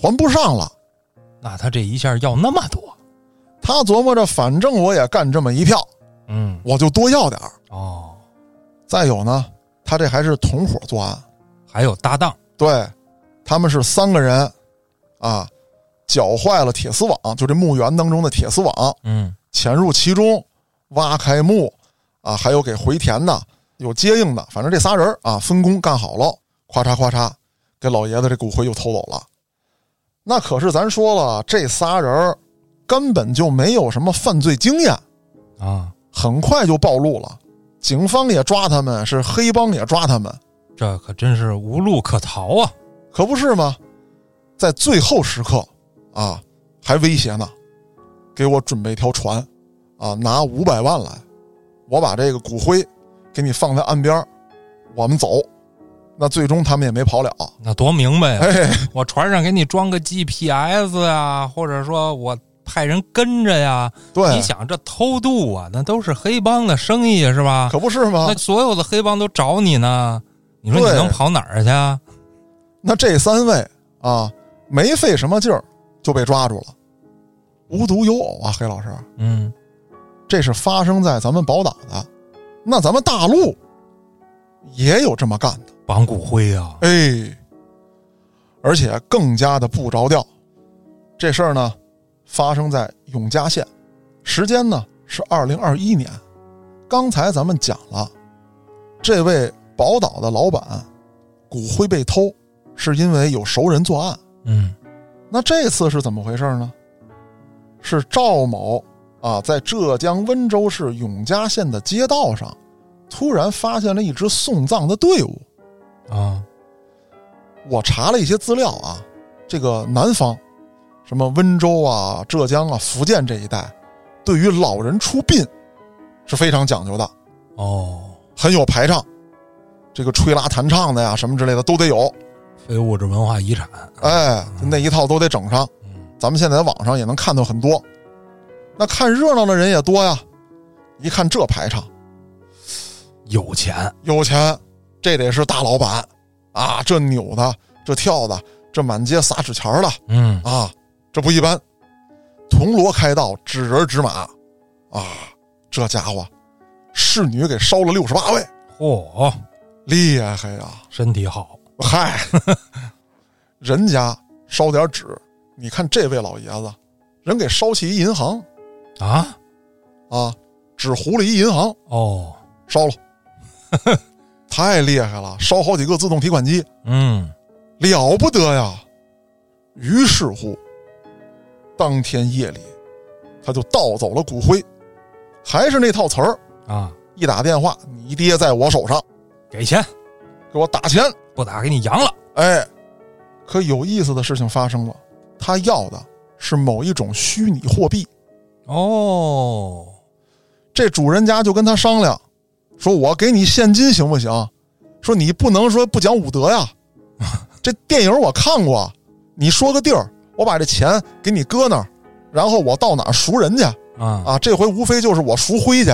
Speaker 1: 还不上了。
Speaker 2: 那他这一下要那么多，
Speaker 1: 他琢磨着，反正我也干这么一票，
Speaker 2: 嗯，
Speaker 1: 我就多要点儿。
Speaker 2: 哦，
Speaker 1: 再有呢，他这还是同伙作案，
Speaker 2: 还有搭档，
Speaker 1: 对，他们是三个人，啊，搅坏了铁丝网，就这墓园当中的铁丝网，
Speaker 2: 嗯，
Speaker 1: 潜入其中，挖开墓，啊，还有给回填的，有接应的，反正这仨人啊，分工干好了，咵嚓咵嚓，给老爷子这骨灰又偷走了。那可是咱说了，这仨人根本就没有什么犯罪经验，
Speaker 2: 啊，
Speaker 1: 很快就暴露了，警方也抓他们，是黑帮也抓他们。
Speaker 2: 这可真是无路可逃啊！
Speaker 1: 可不是吗？在最后时刻啊，还威胁呢，给我准备条船，啊，拿五百万来，我把这个骨灰给你放在岸边儿，我们走。那最终他们也没跑了。
Speaker 2: 那多明白啊呀！
Speaker 1: 哎，
Speaker 2: 我船上给你装个 GPS 啊，或者说我派人跟着呀。
Speaker 1: 对
Speaker 2: 你，想这偷渡啊，那都是黑帮的生意是吧？
Speaker 1: 可不是吗
Speaker 2: 那？所有的黑帮都找你呢，你说你
Speaker 1: 对
Speaker 2: 能跑哪儿去啊？
Speaker 1: 那这三位啊，没费什么劲儿就被抓住了。无独有偶啊，黑老师，
Speaker 2: 嗯，
Speaker 1: 这是发生在咱们宝岛的，那咱们大陆也有这么干的，
Speaker 2: 绑骨灰啊，
Speaker 1: 哎，而且更加的不着调。这事儿呢，发生在永嘉县，时间呢是二零二一年。刚才咱们讲了，这位宝岛的老板骨灰被偷，是因为有熟人作案。
Speaker 2: 嗯
Speaker 1: 那这次是怎么回事呢？是赵某啊，在浙江温州市永嘉县的街道上，突然发现了一支送葬的队伍。
Speaker 2: 啊，
Speaker 1: 我查了一些资料啊，这个南方，什么温州啊、浙江啊、福建这一带，对于老人出殡是非常讲究的，
Speaker 2: 哦，
Speaker 1: 很有排场，这个吹拉弹唱的呀什么之类的都得有，
Speaker 2: 非物质文化遗产，
Speaker 1: 哎，就那一套都得整上。
Speaker 2: 嗯
Speaker 1: 咱们现在在网上也能看到很多。那看热闹的人也多呀，一看这排场，
Speaker 2: 有钱，
Speaker 1: 有钱，这得是大老板啊，这扭的，这跳的，这满街撒纸钱儿的
Speaker 2: 嗯
Speaker 1: 啊，这不一般。铜锣开道，指人指马，啊，这家伙，侍女给烧了六十八位，
Speaker 2: 嚯、
Speaker 1: 厉害呀！
Speaker 2: 身体好，
Speaker 1: 嗨， 人家烧点纸，你看这位老爷子，人给烧起一银行，
Speaker 2: 啊，
Speaker 1: 啊，纸糊了一银行
Speaker 2: 哦，
Speaker 1: 烧了， 太厉害了，烧好几个自动提款机，
Speaker 2: 嗯，
Speaker 1: 了不得呀！于是乎，当天夜里，他就盗走了骨灰，还是那套词儿，
Speaker 2: 啊，
Speaker 1: 一打电话，你爹在我手上，
Speaker 2: 给钱
Speaker 1: 给我打钱。
Speaker 2: 不打给你扬了，
Speaker 1: 哎，可有意思的事情发生了，他要的是某一种虚拟货币，
Speaker 2: 哦，
Speaker 1: 这主人家就跟他商量，说我给你现金行不行？说你不能说不讲武德呀。 这电影我看过，你说个地儿，我把这钱给你搁那儿，然后我到哪儿赎人去
Speaker 2: 啊，
Speaker 1: 啊？这回无非就是我赎灰去，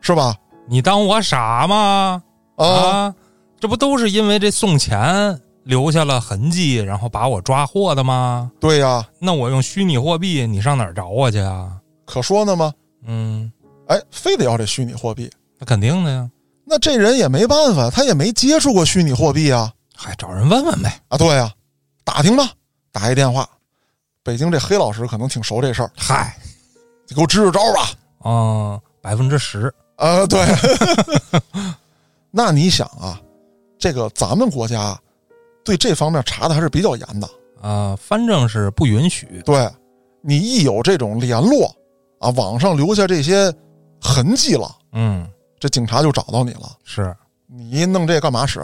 Speaker 1: 是吧？
Speaker 2: 你当我傻吗？
Speaker 1: 啊，
Speaker 2: 啊，这不都是因为这送钱留下了痕迹，然后把我抓获的吗？
Speaker 1: 对呀、
Speaker 2: 那我用虚拟货币，你上哪儿找我去啊？
Speaker 1: 可说呢吗？
Speaker 2: 嗯，
Speaker 1: 哎，非得要这虚拟货币，
Speaker 2: 那肯定的呀，
Speaker 1: 那这人也没办法，他也没接触过虚拟货币啊。
Speaker 2: 嗨，找人问问呗。
Speaker 1: 啊，对呀、打听吧，打一电话，北京这黑老师可能挺熟这事儿，
Speaker 2: 嗨，
Speaker 1: 你给我支支招啊吧。
Speaker 2: 嗯，百分之十，
Speaker 1: 呃，对。 那你想啊，这个咱们国家对这方面查的还是比较严的。
Speaker 2: 呃，反正是不允许。
Speaker 1: 对你一有这种联络啊，网上留下这些痕迹了，
Speaker 2: 嗯，
Speaker 1: 这警察就找到你了。
Speaker 2: 是，
Speaker 1: 你弄这干嘛使？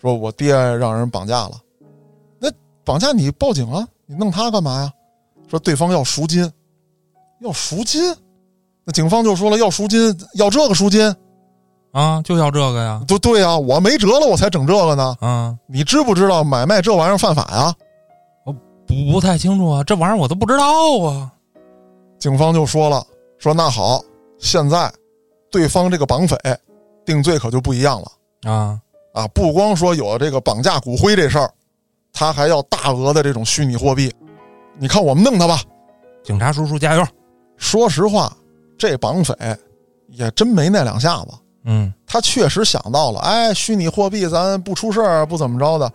Speaker 1: 说我爹让人绑架了，那绑架你报警啊？你弄他干嘛呀？说对方要赎金，要赎金，那警方就说了要赎金，要这个赎金，
Speaker 2: 啊，就要这个呀，
Speaker 1: 就对啊，我没辙了，我才整这个呢。
Speaker 2: 啊，
Speaker 1: 你知不知道买卖这玩意儿犯法呀？
Speaker 2: 不不太清楚啊，这玩意儿我都不知道啊。
Speaker 1: 警方就说了，说那好，现在对方这个绑匪定罪可就不一样了
Speaker 2: 啊，
Speaker 1: 啊！不光说有这个绑架骨灰这事儿，他还要大额的这种虚拟货币。你看我们弄他吧。
Speaker 2: 警察叔叔加油。
Speaker 1: 说实话，这绑匪也真没那两下子，
Speaker 2: 嗯，
Speaker 1: 他确实想到了，哎，虚拟货币咱不出事儿不怎么着的，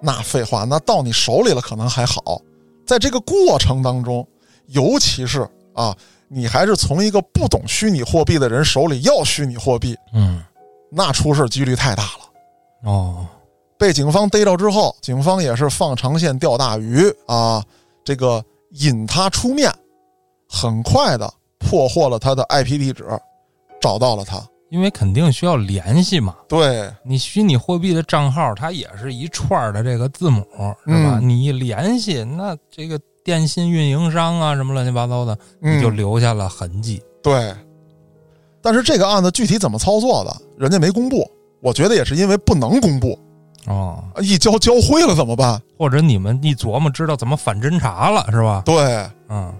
Speaker 1: 那废话，那到你手里了可能还好，在这个过程当中，尤其是啊，你还是从一个不懂虚拟货币的人手里要虚拟货币，
Speaker 2: 嗯，
Speaker 1: 那出事儿几率太大了。
Speaker 2: 哦，
Speaker 1: 被警方逮着之后，警方也是放长线钓大鱼啊，这个引他出面，很快的破获了他的 IP 地址，找到了他。
Speaker 2: 因为肯定需要联系嘛。
Speaker 1: 对，
Speaker 2: 你虚拟货币的账号，它也是一串儿的这个字母，是吧？
Speaker 1: 嗯
Speaker 2: 你一联系，那这个电信运营商啊，什么乱七八糟的，
Speaker 1: 嗯
Speaker 2: 你就留下了痕迹。
Speaker 1: 对，但是这个案子具体怎么操作的，人家没公布。我觉得也是因为不能公布，
Speaker 2: 哦，
Speaker 1: 一教教会了怎么办？
Speaker 2: 或者你们一琢磨知道怎么反侦查了是吧？
Speaker 1: 对，
Speaker 2: 嗯，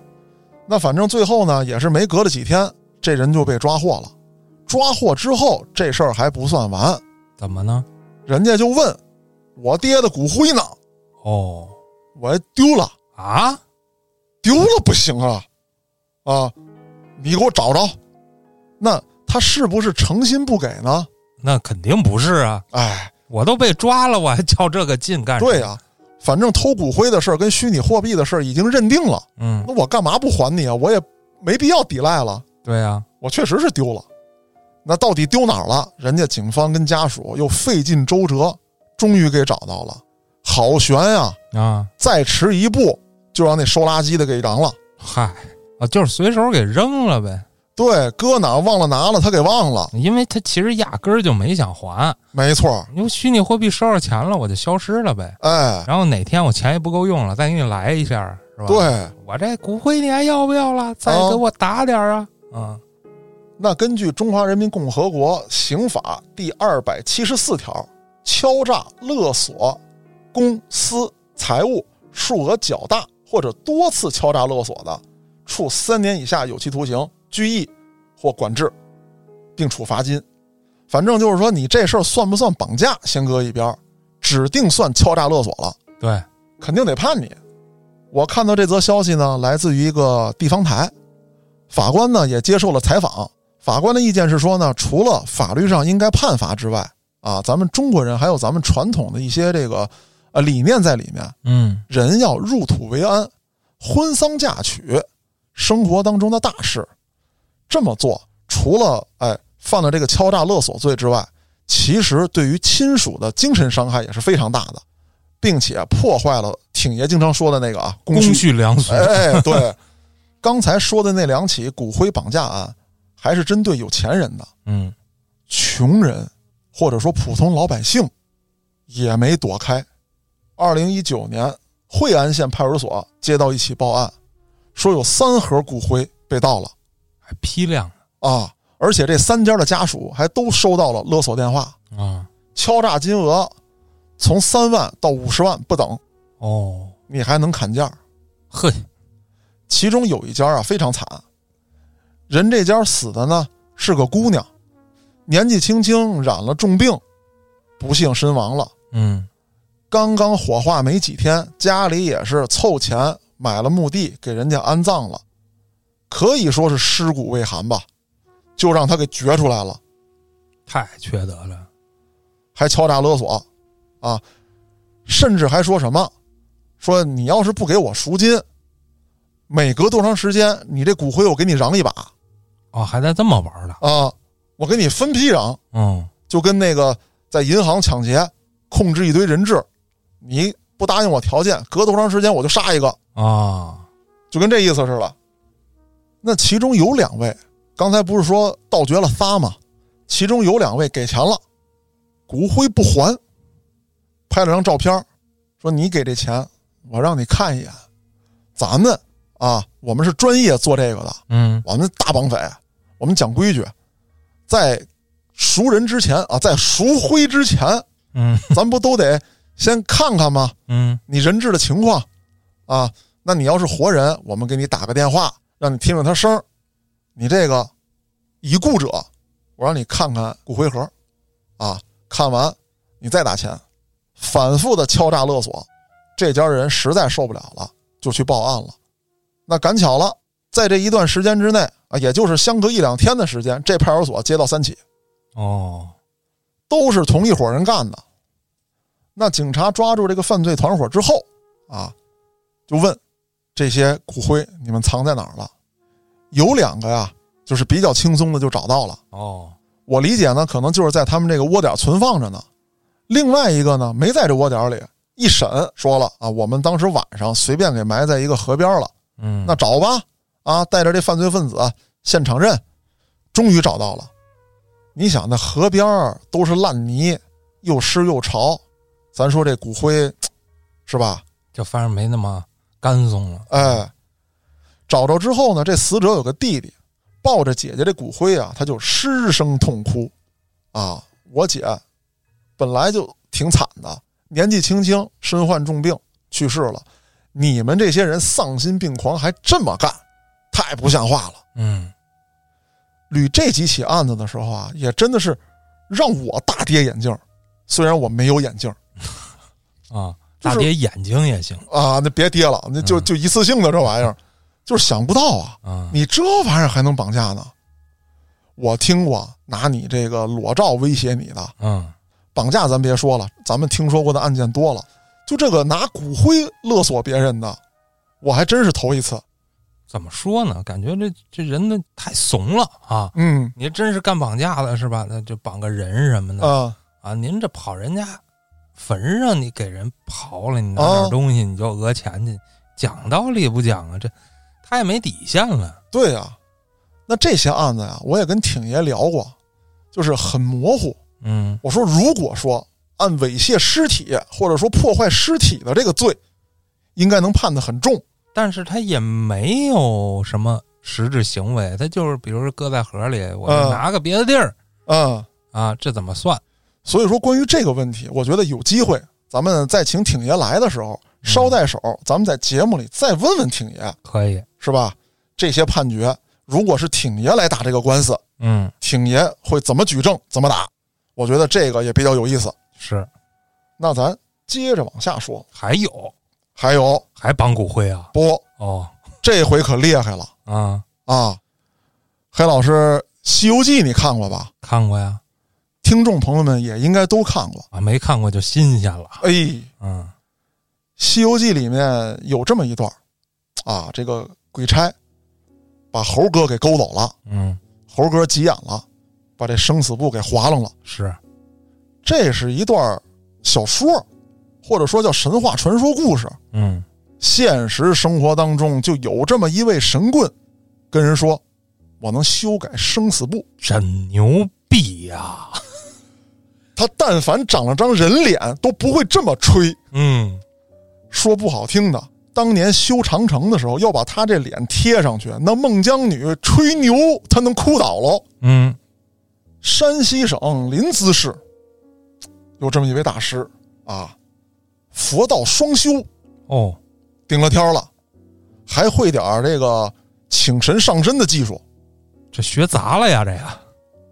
Speaker 1: 那反正最后呢，也是没隔了几天，这人就被抓获了。抓获之后，这事儿还不算完，
Speaker 2: 怎么呢？
Speaker 1: 人家就问我爹的骨灰呢，
Speaker 2: 哦
Speaker 1: 我丢了，
Speaker 2: 啊，
Speaker 1: 丢了不行啊，啊，你给我找着。那他是不是诚心不给呢？
Speaker 2: 那肯定不是啊，
Speaker 1: 哎，
Speaker 2: 我都被抓了，我还较这个劲干什么？
Speaker 1: 对呀、反正偷骨灰的事儿跟虚拟货币的事儿已经认定了，
Speaker 2: 嗯，
Speaker 1: 那我干嘛不还你啊？我也没必要抵赖了。
Speaker 2: 对啊呀、
Speaker 1: 我确实是丢了。那到底丢哪儿了？人家警方跟家属又费尽周折，终于给找到了。好悬呀、
Speaker 2: 啊，
Speaker 1: 再迟一步就让那收垃圾的给嚷了。
Speaker 2: 嗨，啊，就是随手给扔了呗，
Speaker 1: 对，搁哪儿忘了拿了，他给忘了。
Speaker 2: 因为他其实压根儿就没想还，
Speaker 1: 没错儿，
Speaker 2: 因为虚拟货币收着钱了，我就消失了呗。
Speaker 1: 哎，
Speaker 2: 然后哪天我钱也不够用了，再给你来一下，是吧？，
Speaker 1: 对。哦
Speaker 2: 我这骨灰你还要不要了？再给我打点儿啊！嗯，
Speaker 1: 那根据《中华人民共和国刑法》第二百七十四条，敲诈勒索公私财物数额较大或者多次敲诈勒索的，处三年以下有期徒刑、拘役或管制，并处罚金。反正就是说，你这事儿算不算绑架，先搁一边儿，指定算敲诈勒索了，
Speaker 2: 对，
Speaker 1: 肯定得判你。我看到这则消息呢，来自于一个地方台，法官呢也接受了采访。法官的意见是说呢，除了法律上应该判罚之外，啊，咱们中国人还有咱们传统的一些这个呃理念在里面，
Speaker 2: 嗯，
Speaker 1: 人要入土为安，婚丧嫁娶，生活当中的大事，这么做除了哎犯了这个敲诈勒索罪之外，其实对于亲属的精神伤害也是非常大的，并且破坏了挺爷经常说的那个啊
Speaker 2: 公
Speaker 1: 序
Speaker 2: 序良俗，
Speaker 1: 哎，对，刚才说的那两起骨灰绑架案，还是针对有钱人的，
Speaker 2: 嗯，
Speaker 1: 穷人或者说普通老百姓也没躲开。二零一九年，惠安县派出所接到一起报案，说有三盒骨灰被盗了
Speaker 2: 还批量
Speaker 1: 啊，而且这三家的家属还都收到了勒索电话，
Speaker 2: 啊，
Speaker 1: 敲诈金额从三万到五十万不等，
Speaker 2: 哦，
Speaker 1: 你还能砍价儿。
Speaker 2: 嘿，
Speaker 1: 其中有一家啊非常惨，人这家死的呢是个姑娘，年纪轻轻染了重病，不幸身亡了。
Speaker 2: 嗯，
Speaker 1: 刚刚火化没几天，家里也是凑钱买了墓地给人家安葬了，可以说是尸骨未寒吧，就让他给掘出来了，
Speaker 2: 太缺德了，
Speaker 1: 还敲诈勒索，啊，甚至还说什么，说你要是不给我赎金，每隔多长时间你这骨灰我给你瓤一把。
Speaker 2: 哦，还在这么玩儿的，
Speaker 1: 啊，我给你分批嚷，
Speaker 2: 嗯，
Speaker 1: 就跟那个在银行抢劫控制一堆人质，你不答应我条件，隔多长时间我就杀一个，
Speaker 2: 啊，
Speaker 1: 就跟这意思似的。那其中有两位，刚才不是说盗掘了仨吗？其中有两位给钱了，骨灰不还，拍了张照片儿，说你给这钱，我让你看一眼。咱们啊，我们是专业做这个的，
Speaker 2: 嗯，
Speaker 1: 我们大绑匪，我们讲规矩，在赎人之前啊，在赎灰之前，
Speaker 2: 嗯，
Speaker 1: 咱不都得先看看吗？
Speaker 2: 嗯，
Speaker 1: 你人质的情况啊，那你要是活人，我们给你打个电话，让你听听他声儿你这个已故者，我让你看看骨灰盒，啊，看完你再打钱，反复的敲诈勒索，这家人实在受不了了，就去报案了。那赶巧了，在这一段时间之内啊，也就是相隔一两天的时间，这派出所接到三起，
Speaker 2: 哦，
Speaker 1: 都是同一伙人干的。那警察抓住这个犯罪团伙之后，啊，就问这些骨灰你们藏在哪儿了？有两个呀，就是比较轻松的就找到了。
Speaker 2: 哦，
Speaker 1: 我理解呢，可能就是在他们这个窝点存放着呢。另外一个呢，没在这窝点里。一审说了啊，我们当时晚上随便给埋在一个河边了。
Speaker 2: 嗯，
Speaker 1: 那找吧，啊，带着这犯罪分子啊现场认，终于找到了。你想，那河边儿都是烂泥，又湿又潮，咱说这骨灰是吧？
Speaker 2: 就反正没那么干松了，
Speaker 1: 哎，找着之后呢，这死者有个弟弟，抱着姐姐这骨灰啊，他就失声痛哭，啊，我姐本来就挺惨的，年纪轻轻身患重病去世了。你们这些人丧心病狂，还这么干，太不像话了。
Speaker 2: 嗯
Speaker 1: 捋这几起案子的时候啊，也真的是让我大跌眼镜儿。虽然我没有眼镜儿
Speaker 2: 啊，
Speaker 1: 就
Speaker 2: 大
Speaker 1: 是
Speaker 2: 爹眼睛也行
Speaker 1: 啊，那别跌了，那就
Speaker 2: 嗯
Speaker 1: 就一次性的这玩意儿，就是想不到啊，
Speaker 2: 啊，
Speaker 1: 你这玩意儿还能绑架呢？我听过拿你这个裸照威胁你的，
Speaker 2: 嗯
Speaker 1: 绑架咱别说了，咱们听说过的案件多了，就这个拿骨灰勒索别人的，我还真是头一次。
Speaker 2: 怎么说呢？感觉这这人呢太怂了啊！
Speaker 1: 嗯
Speaker 2: 你真是干绑架的是吧？那就绑个人什么的
Speaker 1: 啊、
Speaker 2: 啊！您这跑人家坟上，你给人刨了，你拿
Speaker 1: 哦
Speaker 2: 点东西你就讹钱去，讲道理不讲啊？这他也没底线了。
Speaker 1: 对呀、那这些案子呀、我也跟挺爷聊过，就是很模糊。
Speaker 2: 嗯
Speaker 1: 我说，如果说按猥亵尸体或者说破坏尸体的这个罪，应该能判得很重。
Speaker 2: 但是他也没有什么实质行为，他就是比如说搁在盒里，我
Speaker 1: 嗯
Speaker 2: 拿个别的地儿、
Speaker 1: 嗯，
Speaker 2: 啊，这怎么算？
Speaker 1: 所以说关于这个问题，我觉得有机会，咱们再请挺爷来的时候，捎带手，咱们在节目里再问问挺爷，
Speaker 2: 可以，
Speaker 1: 是吧？这些判决，如果是挺爷来打这个官司，
Speaker 2: 嗯，
Speaker 1: 挺爷会怎么举证，怎么打？我觉得这个也比较有意思。
Speaker 2: 是
Speaker 1: 那咱接着往下说，
Speaker 2: 还有
Speaker 1: 还有
Speaker 2: 还绑骨灰啊？
Speaker 1: 不，
Speaker 2: 哦
Speaker 1: 这回可厉害了
Speaker 2: 啊，
Speaker 1: 啊！黑老师，《西游记》你看过吧？
Speaker 2: 看过呀
Speaker 1: 听众朋友们也应该都看过。
Speaker 2: 啊，没看过就新鲜了，
Speaker 1: 哎，《
Speaker 2: 嗯
Speaker 1: 西游记》里面有这么一段儿啊，这个鬼差把猴哥给勾走了，
Speaker 2: 嗯，
Speaker 1: 猴哥急眼了，把这生死簿给划楞了。
Speaker 2: 是
Speaker 1: 这是一段儿小说，或者说叫神话传说故事。
Speaker 2: 嗯
Speaker 1: 现实生活当中就有这么一位神棍，跟人说：“我能修改生死簿。
Speaker 2: 真牛逼呀、”
Speaker 1: 他但凡长了张人脸，都不会这么吹。
Speaker 2: 嗯
Speaker 1: 说不好听的，当年修长城的时候要把他这脸贴上去，那孟姜女吹牛，她能哭倒喽。
Speaker 2: 嗯，
Speaker 1: 山西省临淄市有这么一位大师啊，佛道双修，
Speaker 2: 哦，
Speaker 1: 顶了天了，还会点儿这个请神上身的技术。
Speaker 2: 这学杂了呀，这个，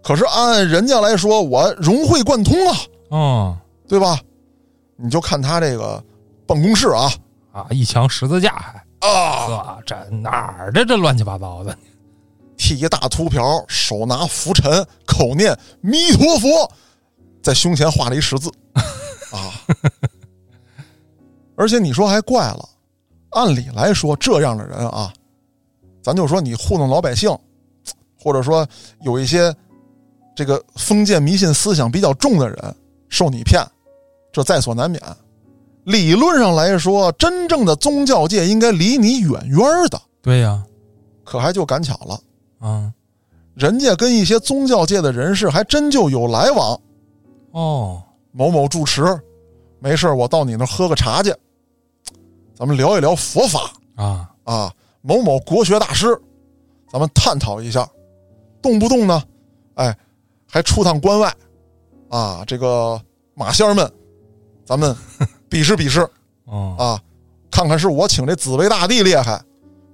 Speaker 1: 可是按人家来说，我融会贯通啊，
Speaker 2: 哦
Speaker 1: 对吧？你就看他这个办公室啊，
Speaker 2: 啊，一墙十字架还。
Speaker 1: 啊，
Speaker 2: 呵，这哪儿的这乱七八糟的？
Speaker 1: 剃一大秃瓢，手拿拂尘，口念弥陀佛，在胸前画了一十字啊。而且你说还怪了，按理来说这样的人啊，咱就说你糊弄老百姓，或者说有一些这个封建迷信思想比较重的人受你骗，这在所难免。理论上来说，真正的宗教界应该离你远远的，
Speaker 2: 对呀、
Speaker 1: 可还就赶巧了。
Speaker 2: 啊，
Speaker 1: 人家跟一些宗教界的人士还真就有来往。
Speaker 2: 哦，
Speaker 1: 某某住持，没事儿我到你那儿喝个茶去，咱们聊一聊佛法
Speaker 2: 啊，
Speaker 1: 啊。某某国学大师，咱们探讨一下，动不动呢，哎，还出趟关外啊。这个马仙儿们，咱们 比试比试
Speaker 2: 哦，
Speaker 1: 啊，看看是我请这紫薇大帝厉害，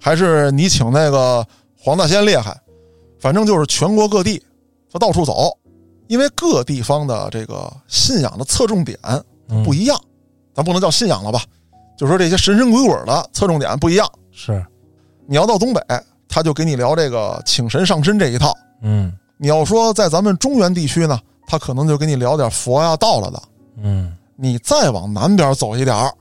Speaker 1: 还是你请那个黄大仙厉害？反正就是全国各地，他到处走，因为各地方的这个信仰的侧重点
Speaker 2: 嗯
Speaker 1: 不一样，咱不能叫信仰了吧？就说这些神神鬼鬼的侧重点不一样。
Speaker 2: 是，
Speaker 1: 你要到东北，他就给你聊这个请神上身这一套；
Speaker 2: 嗯
Speaker 1: 你要说在咱们中原地区呢，他可能就给你聊点佛呀、道了的。
Speaker 2: 嗯，
Speaker 1: 你再往南边走一点儿，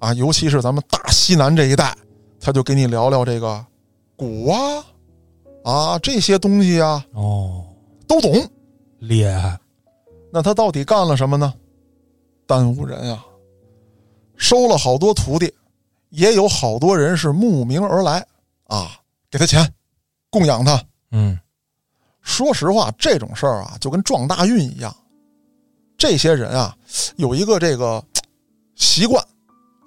Speaker 1: 啊，尤其是咱们大西南这一带，他就给你聊聊这个鼓啊，啊这些东西啊
Speaker 2: 哦，
Speaker 1: 都懂。
Speaker 2: 厉害，
Speaker 1: 那他到底干了什么呢？耽误人啊，收了好多徒弟，也有好多人是慕名而来啊，给他钱，供养他。
Speaker 2: 嗯
Speaker 1: 说实话，这种事儿啊，就跟撞大运一样。这些人啊，有一个这个习惯，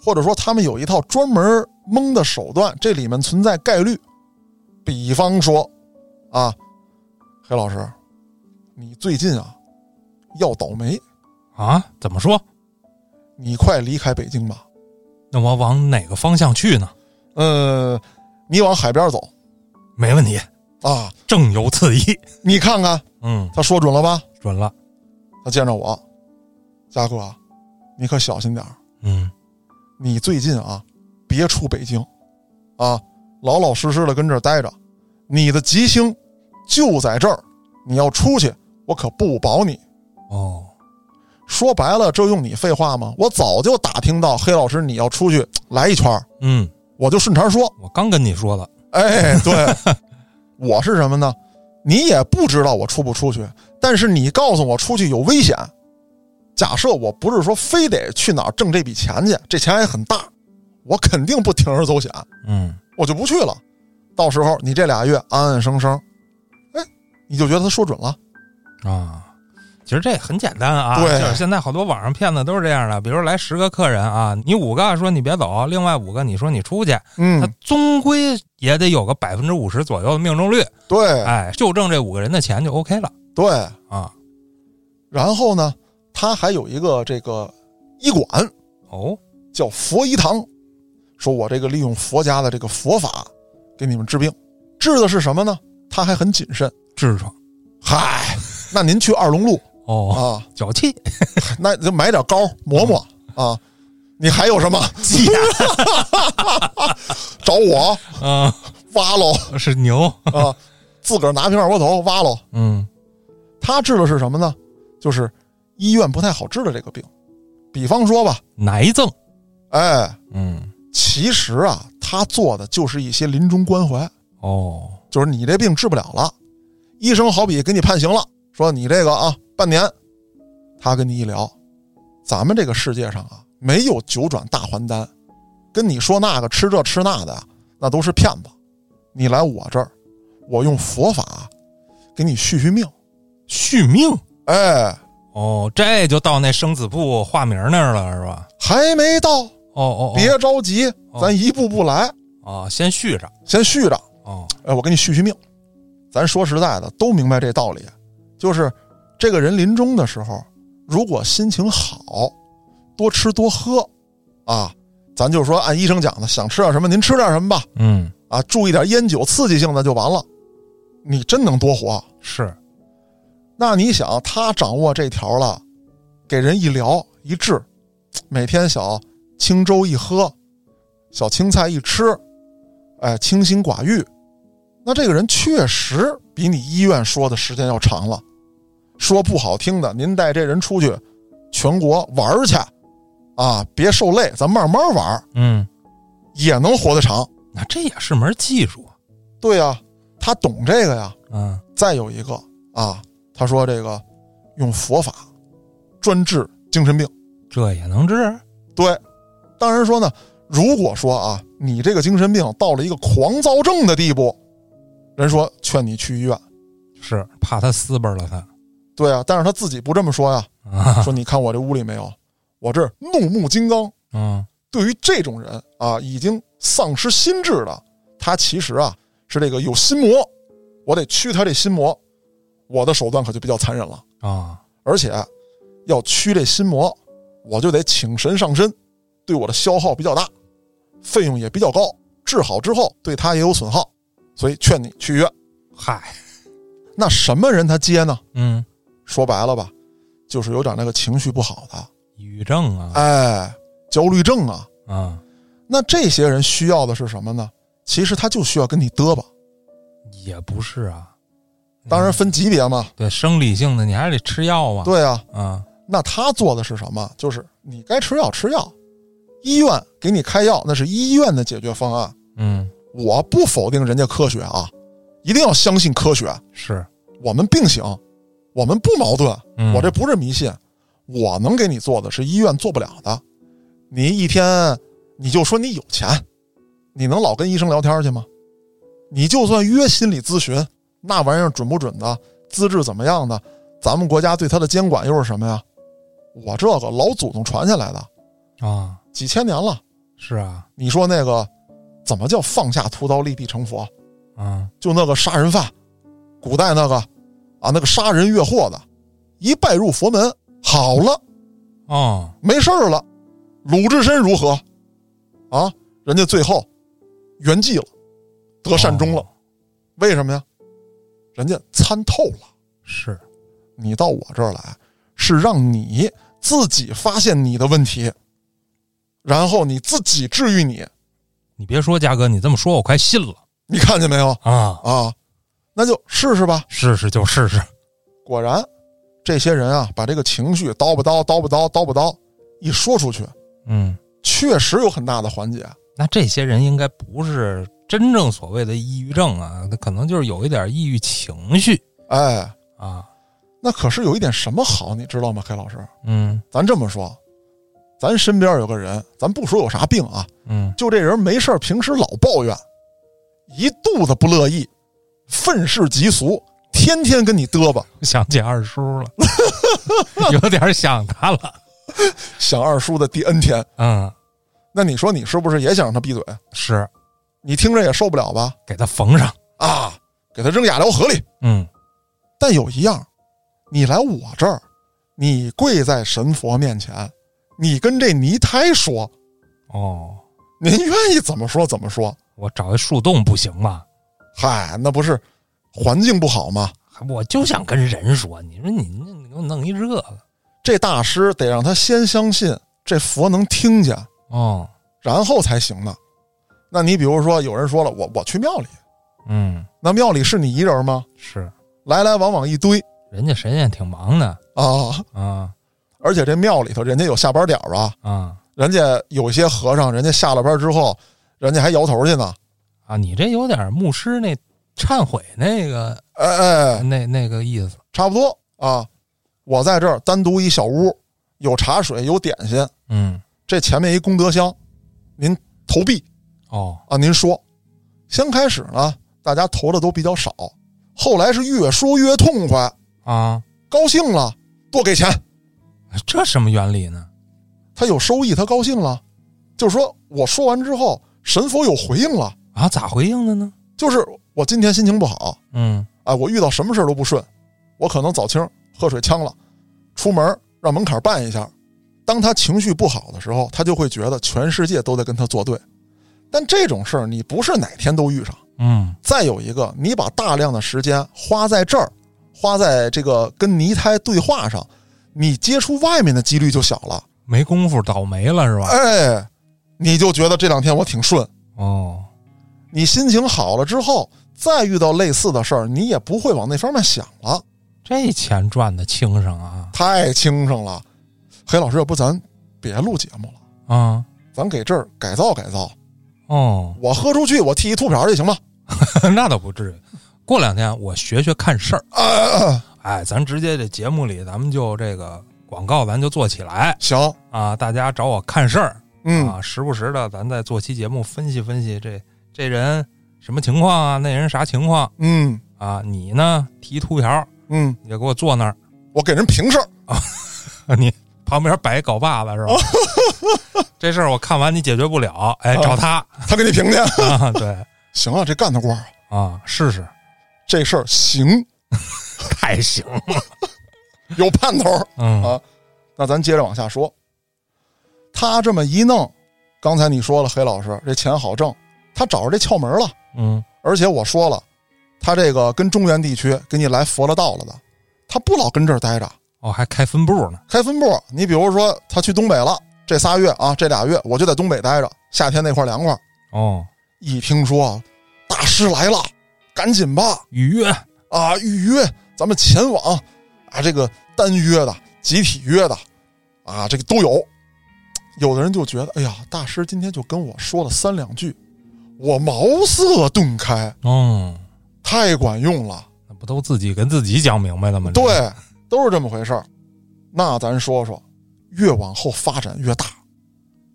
Speaker 1: 或者说他们有一套专门蒙的手段，这里面存在概率。比方说，啊，黑老师，你最近啊要倒霉，
Speaker 2: 啊、啊，怎么说？
Speaker 1: 你快离开北京吧。
Speaker 2: 那我往哪个方向去呢？
Speaker 1: 呃，你往海边走
Speaker 2: 没问题，
Speaker 1: 啊，
Speaker 2: 正有此意。
Speaker 1: 你看看，
Speaker 2: 嗯，
Speaker 1: 他说准了吧？
Speaker 2: 准了。
Speaker 1: 他见着我，佳哥，啊你可小心点儿，
Speaker 2: 嗯，
Speaker 1: 你最近啊，别出北京，啊，老老实实的跟这儿待着，你的吉星就在这儿，你要出去，我可不保你。
Speaker 2: 哦，
Speaker 1: 说白了，这用你废话吗？我早就打听到黑老师你要出去来一圈儿，
Speaker 2: 嗯，
Speaker 1: 我就顺茬说，
Speaker 2: 我刚跟你说了，
Speaker 1: 哎，对， 我是什么呢？你也不知道我出不出去，但是你告诉我出去有危险。假设我不是说非得去哪儿挣这笔钱去，这钱也很大，我肯定不铤而走险，
Speaker 2: 嗯，
Speaker 1: 我就不去了。到时候你这俩月安安生生，哎，你就觉得他说准了。
Speaker 2: 啊。其实这很简单啊，
Speaker 1: 对
Speaker 2: 就是现在好多网上骗子都是这样的，比如来十个客人啊，你五个说你别走，另外五个你说你出去，他
Speaker 1: 嗯，
Speaker 2: 终归也得有个百分之五十左右的命中率，
Speaker 1: 对
Speaker 2: 哎，就挣这五个人的钱就 OK 了
Speaker 1: 对。
Speaker 2: 啊。
Speaker 1: 然后呢，他还有一个这个医馆
Speaker 2: 哦，
Speaker 1: 叫佛医堂，说我这个利用佛家的这个佛法给你们治病，治的是什么呢？他还很谨慎。
Speaker 2: 痔疮，
Speaker 1: 嗨，那您去二龙路
Speaker 2: 哦，
Speaker 1: 啊，
Speaker 2: 脚气，
Speaker 1: 那就买点膏抹抹啊。你还有什么？ 找我
Speaker 2: 嗯，
Speaker 1: 挖喽
Speaker 2: 是 牛，
Speaker 1: 啊！自个儿拿瓶二锅头挖喽。
Speaker 2: 嗯，
Speaker 1: 他治的是什么呢？就是医院不太好治的这个病，比方说吧，
Speaker 2: 癌症，
Speaker 1: 哎，
Speaker 2: 嗯，
Speaker 1: 其实啊，他做的就是一些临终关怀。
Speaker 2: 哦，
Speaker 1: 就是你这病治不了了，医生好比给你判刑了，说你这个啊半年，他跟你一聊，咱们这个世界上啊没有九转大还丹，跟你说那个吃这吃那的啊，那都是骗子。你来我这儿，我用佛法给你续续命，
Speaker 2: 续命，
Speaker 1: 哎，
Speaker 2: 哦，这就到那生死簿化名那儿了，是吧？
Speaker 1: 还没到，
Speaker 2: 哦哦，哦
Speaker 1: 别着急，
Speaker 2: 哦
Speaker 1: 咱一步步来，
Speaker 2: 哦，先续上，
Speaker 1: 先续着。
Speaker 2: 哦，
Speaker 1: 哎，我给你续续命。咱说实在的，都明白这道理，就是这个人临终的时候，如果心情好，多吃多喝，啊，咱就说按医生讲的，想吃点什么您吃点什么吧，
Speaker 2: 嗯，
Speaker 1: 啊，注意点烟酒刺激性的就完了。你真能多活？
Speaker 2: 是，
Speaker 1: 那你想，他掌握这条了，给人一疗一治，每天小清粥一喝，小青菜一吃，哎，清心寡欲，那这个人确实比你医院说的时间要长了。说不好听的，您带这人出去全国玩儿去，啊，别受累，咱慢慢玩儿
Speaker 2: 嗯，
Speaker 1: 也能活得长。
Speaker 2: 那这也是门技术，
Speaker 1: 对呀、他懂这个呀。
Speaker 2: 嗯，
Speaker 1: 再有一个啊，他说这个用佛法专治精神病。
Speaker 2: 这也能治，
Speaker 1: 对，当然说呢，如果说啊，你这个精神病到了一个狂躁症的地步，人说劝你去医院。
Speaker 2: 是怕他撕巴了他
Speaker 1: 对啊，但是他自己不这么说呀，
Speaker 2: 啊，
Speaker 1: 说你看我这屋里没有，我这儿怒目金刚。
Speaker 2: 嗯，
Speaker 1: 对于这种人啊，已经丧失心智了，他其实啊是这个有心魔，我得驱他这心魔，我的手段可就比较残忍了。
Speaker 2: 啊，
Speaker 1: 而且要驱这心魔，我就得请神上身，对我的消耗比较大，费用也比较高，治好之后对他也有损耗，所以劝你去医院。
Speaker 2: 嗨，
Speaker 1: 那什么人他接呢？
Speaker 2: 嗯，
Speaker 1: 说白了吧，就是有点那个情绪不好的，
Speaker 2: 抑郁症啊，
Speaker 1: 哎，焦虑症啊。
Speaker 2: 啊，
Speaker 1: 那这些人需要的是什么呢？其实他就需要跟你嘚吧，
Speaker 2: 也不是啊，
Speaker 1: 当然分级别嘛。
Speaker 2: 对生理性的你还得吃药啊，
Speaker 1: 对啊，
Speaker 2: 啊，
Speaker 1: 那他做的是什么？就是你该吃药吃药，医院给你开药那是医院的解决方案。
Speaker 2: 嗯，
Speaker 1: 我不否定人家科学啊，一定要相信科学。
Speaker 2: 是，
Speaker 1: 我们并行，我们不矛盾。
Speaker 2: 嗯，
Speaker 1: 我这不是迷信，我能给你做的是医院做不了的。你一天你就说你有钱，你能老跟医生聊天去吗？你就算约心理咨询，那玩意儿准不准的，资质怎么样的，咱们国家对他的监管又是什么呀？我这个老祖宗传下来的，
Speaker 2: 啊，
Speaker 1: 几千年了。
Speaker 2: 是啊，
Speaker 1: 你说那个怎么叫放下屠刀立地成佛？
Speaker 2: 啊，
Speaker 1: 就那个杀人犯，古代那个啊，那个杀人越货的，一拜入佛门，好了，
Speaker 2: 哦，
Speaker 1: 没事儿了。鲁智深如何？啊，人家最后圆寂了，得善终了。
Speaker 2: 哦
Speaker 1: 为什么呀？人家参透了。
Speaker 2: 是，
Speaker 1: 你到我这儿来，是让你自己发现你的问题，然后你自己治愈你。
Speaker 2: 你别说，嘉哥，你这么说我快信了
Speaker 1: 你看见没有
Speaker 2: 啊！
Speaker 1: 啊？嗯那就试试吧。
Speaker 2: 试试就试试，
Speaker 1: 果然，这些人啊，把这个情绪叨吧叨叨吧叨叨吧叨一说出去，
Speaker 2: 嗯，
Speaker 1: 确实有很大的缓解。
Speaker 2: 那这些人应该不是真正所谓的抑郁症啊，那可能就是有一点抑郁情绪
Speaker 1: 哎，
Speaker 2: 啊。
Speaker 1: 那可是有一点什么好，你知道吗，黑老师？
Speaker 2: 嗯
Speaker 1: 咱这么说，咱身边有个人，咱不说有啥病啊，
Speaker 2: 嗯，
Speaker 1: 就这人没事儿平时老抱怨，一肚子不乐意，愤世嫉俗，天天跟你嘚吧。
Speaker 2: 想起二叔了， 有点想他了。
Speaker 1: 想二叔的第 N 天，
Speaker 2: 嗯，
Speaker 1: 那你说你是不是也想让他闭嘴？
Speaker 2: 是
Speaker 1: 你听着也受不了吧？
Speaker 2: 给他缝上。
Speaker 1: 啊，给他扔雅辽河里。
Speaker 2: 嗯，
Speaker 1: 但有一样，你来我这儿，你跪在神佛面前，你跟这泥胎说，
Speaker 2: 哦，
Speaker 1: 您愿意怎么说怎么说。
Speaker 2: 我找一树洞不行吗？
Speaker 1: 嗨，那不是环境不好吗？
Speaker 2: 我就想跟人说，你说你你给我弄一这个。
Speaker 1: 这大师得让他先相信这佛能听见，
Speaker 2: 哦，
Speaker 1: 然后才行呢。那你比如说，有人说了，我我去庙里，
Speaker 2: 嗯，
Speaker 1: 那庙里是你一人吗？
Speaker 2: 是，
Speaker 1: 来来往往一堆
Speaker 2: 人家神仙挺忙的
Speaker 1: 啊，
Speaker 2: 啊
Speaker 1: 而且这庙里头人家有下班点儿啊，
Speaker 2: 啊
Speaker 1: 人家有些和尚，人家下了班之后，人家还摇头去呢。
Speaker 2: 啊！你这有点牧师那忏悔那个
Speaker 1: 哎哎，
Speaker 2: 那那个意思。
Speaker 1: 差不多啊。我在这儿单独一小屋，有茶水，有点心。
Speaker 2: 嗯，
Speaker 1: 这前面一功德箱，您投币
Speaker 2: 哦，
Speaker 1: 啊，您说。先开始呢，大家投的都比较少，后来是越说越痛快，
Speaker 2: 啊，
Speaker 1: 高兴了，多给钱，
Speaker 2: 这什么原理呢？
Speaker 1: 他有收益，他高兴了。就是说我说完之后，神佛有回应了，
Speaker 2: 啊，咋回应的呢？
Speaker 1: 就是我今天心情不好，
Speaker 2: 嗯，
Speaker 1: 啊，我遇到什么事儿都不顺，我可能早清喝水呛了，出门让门槛绊一下。当他情绪不好的时候，他就会觉得全世界都在跟他作对。但这种事儿你不是哪天都遇上。
Speaker 2: 嗯，
Speaker 1: 再有一个，你把大量的时间花在这儿，花在这个跟泥胎对话上，你接触外面的几率就小了。
Speaker 2: 没工夫倒霉了是吧？
Speaker 1: 哎，你就觉得这两天我挺顺，
Speaker 2: 哦，
Speaker 1: 你心情好了之后，再遇到类似的事儿，你也不会往那方面想了。
Speaker 2: 这钱赚的轻省啊
Speaker 1: 太轻省了。黑老师，要不咱别录节目了，
Speaker 2: 啊
Speaker 1: 咱给这儿改造改造。
Speaker 2: 哦，
Speaker 1: 我喝出去，我剃一秃瓢去行吗？
Speaker 2: 那倒不至于。过两天我学学看事儿，
Speaker 1: 啊啊啊
Speaker 2: 哎，咱直接这节目里咱们就这个广告咱就做起来
Speaker 1: 行，
Speaker 2: 啊！大家找我看事儿
Speaker 1: 嗯，
Speaker 2: 啊，时不时的咱再做期节目分析分析这这人什么情况啊，那人啥情况
Speaker 1: 嗯
Speaker 2: 啊？你呢提秃瓢，
Speaker 1: 嗯，
Speaker 2: 你就给我坐那儿，
Speaker 1: 我给人平事儿，
Speaker 2: 你旁边摆一镐把子是吧？
Speaker 1: 哦
Speaker 2: 这事儿我看完你解决不了，哎，
Speaker 1: 啊
Speaker 2: 找他
Speaker 1: 他给你评去。
Speaker 2: 啊，对
Speaker 1: 行啊，这干得过啊，
Speaker 2: 啊，试试
Speaker 1: 这事儿行，
Speaker 2: 太行了，
Speaker 1: 有盼头儿。
Speaker 2: 嗯
Speaker 1: 啊那咱接着往下说。他这么一弄，刚才你说了，黑老师这钱好挣，他找着这窍门了。
Speaker 2: 嗯
Speaker 1: 而且我说了，他这个跟中原地区给你来佛了道了的，他不老跟这儿待着，
Speaker 2: 哦，还开分部呢，
Speaker 1: 开分部，你比如说他去东北了，这仨月啊，这俩月我就在东北待着，夏天那块儿凉快。
Speaker 2: 哦，
Speaker 1: 一听说大师来了，赶紧吧
Speaker 2: 预约，
Speaker 1: 啊，预约，咱们前往啊，这个单约的、集体约的啊，这个都有。有的人就觉得，哎呀，大师今天就跟我说了三两句，我茅塞顿开，
Speaker 2: 哦，
Speaker 1: 太管用了。
Speaker 2: 那不都自己跟自己讲明白了吗？这
Speaker 1: 对，都是这么回事儿。那咱说说，越往后发展越大，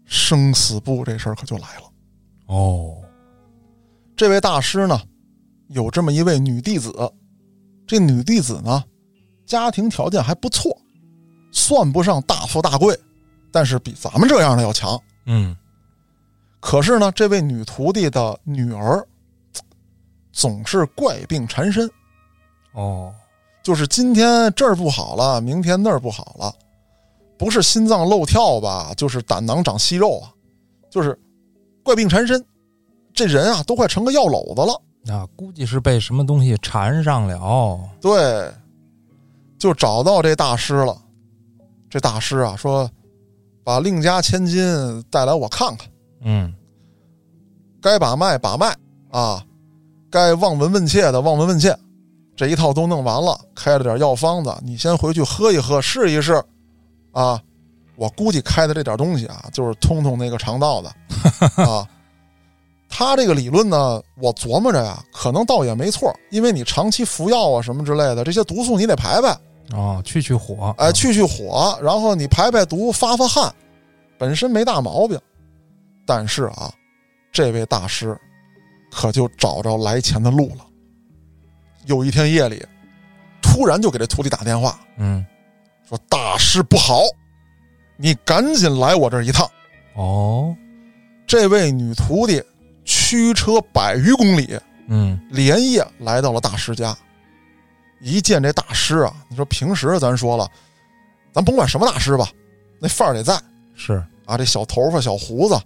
Speaker 1: 生死簿这事儿可就来了。
Speaker 2: 哦，
Speaker 1: 这位大师呢，有这么一位女弟子，这女弟子呢，家庭条件还不错，算不上大富大贵，但是比咱们这样的要强。
Speaker 2: 嗯，
Speaker 1: 可是呢，这位女徒弟的女儿总是怪病缠身，
Speaker 2: 哦，
Speaker 1: 就是今天这儿不好了，明天那儿不好了，不是心脏漏跳吧，就是胆囊长息肉啊，就是怪病缠身。这人啊，都快成个药篓子了。
Speaker 2: 啊，估计是被什么东西缠上了。
Speaker 1: 对，就找到这大师了。这大师啊说：“把令家千金带来我看看，
Speaker 2: 嗯，
Speaker 1: 该把脉把脉啊，该望闻问切的望闻问切，这一套都弄完了，开了点药方子，你先回去喝一喝，试一试啊。我估计开的这点东西啊，就是通通那个肠道的啊。他这个理论呢，我琢磨着呀、可能倒也没错，因为你长期服药啊什么之类的，这些毒素你得排排。
Speaker 2: 哦，去去火，
Speaker 1: 哎，去去火，然后你排排毒、发发汗，本身没大毛病。但是啊，这位大师可就找着来钱的路了。有一天夜里，突然就给这徒弟打电话
Speaker 2: 嗯，
Speaker 1: 说：“大师不好，你赶紧来我这儿一趟。
Speaker 2: 哦，”
Speaker 1: 这位女徒弟驱车百余公里，
Speaker 2: 嗯，
Speaker 1: 连夜来到了大师家。一见这大师啊，你说平时咱说了，咱甭管什么大师吧，那范儿得在
Speaker 2: 是，
Speaker 1: 啊，这小头发、小胡子，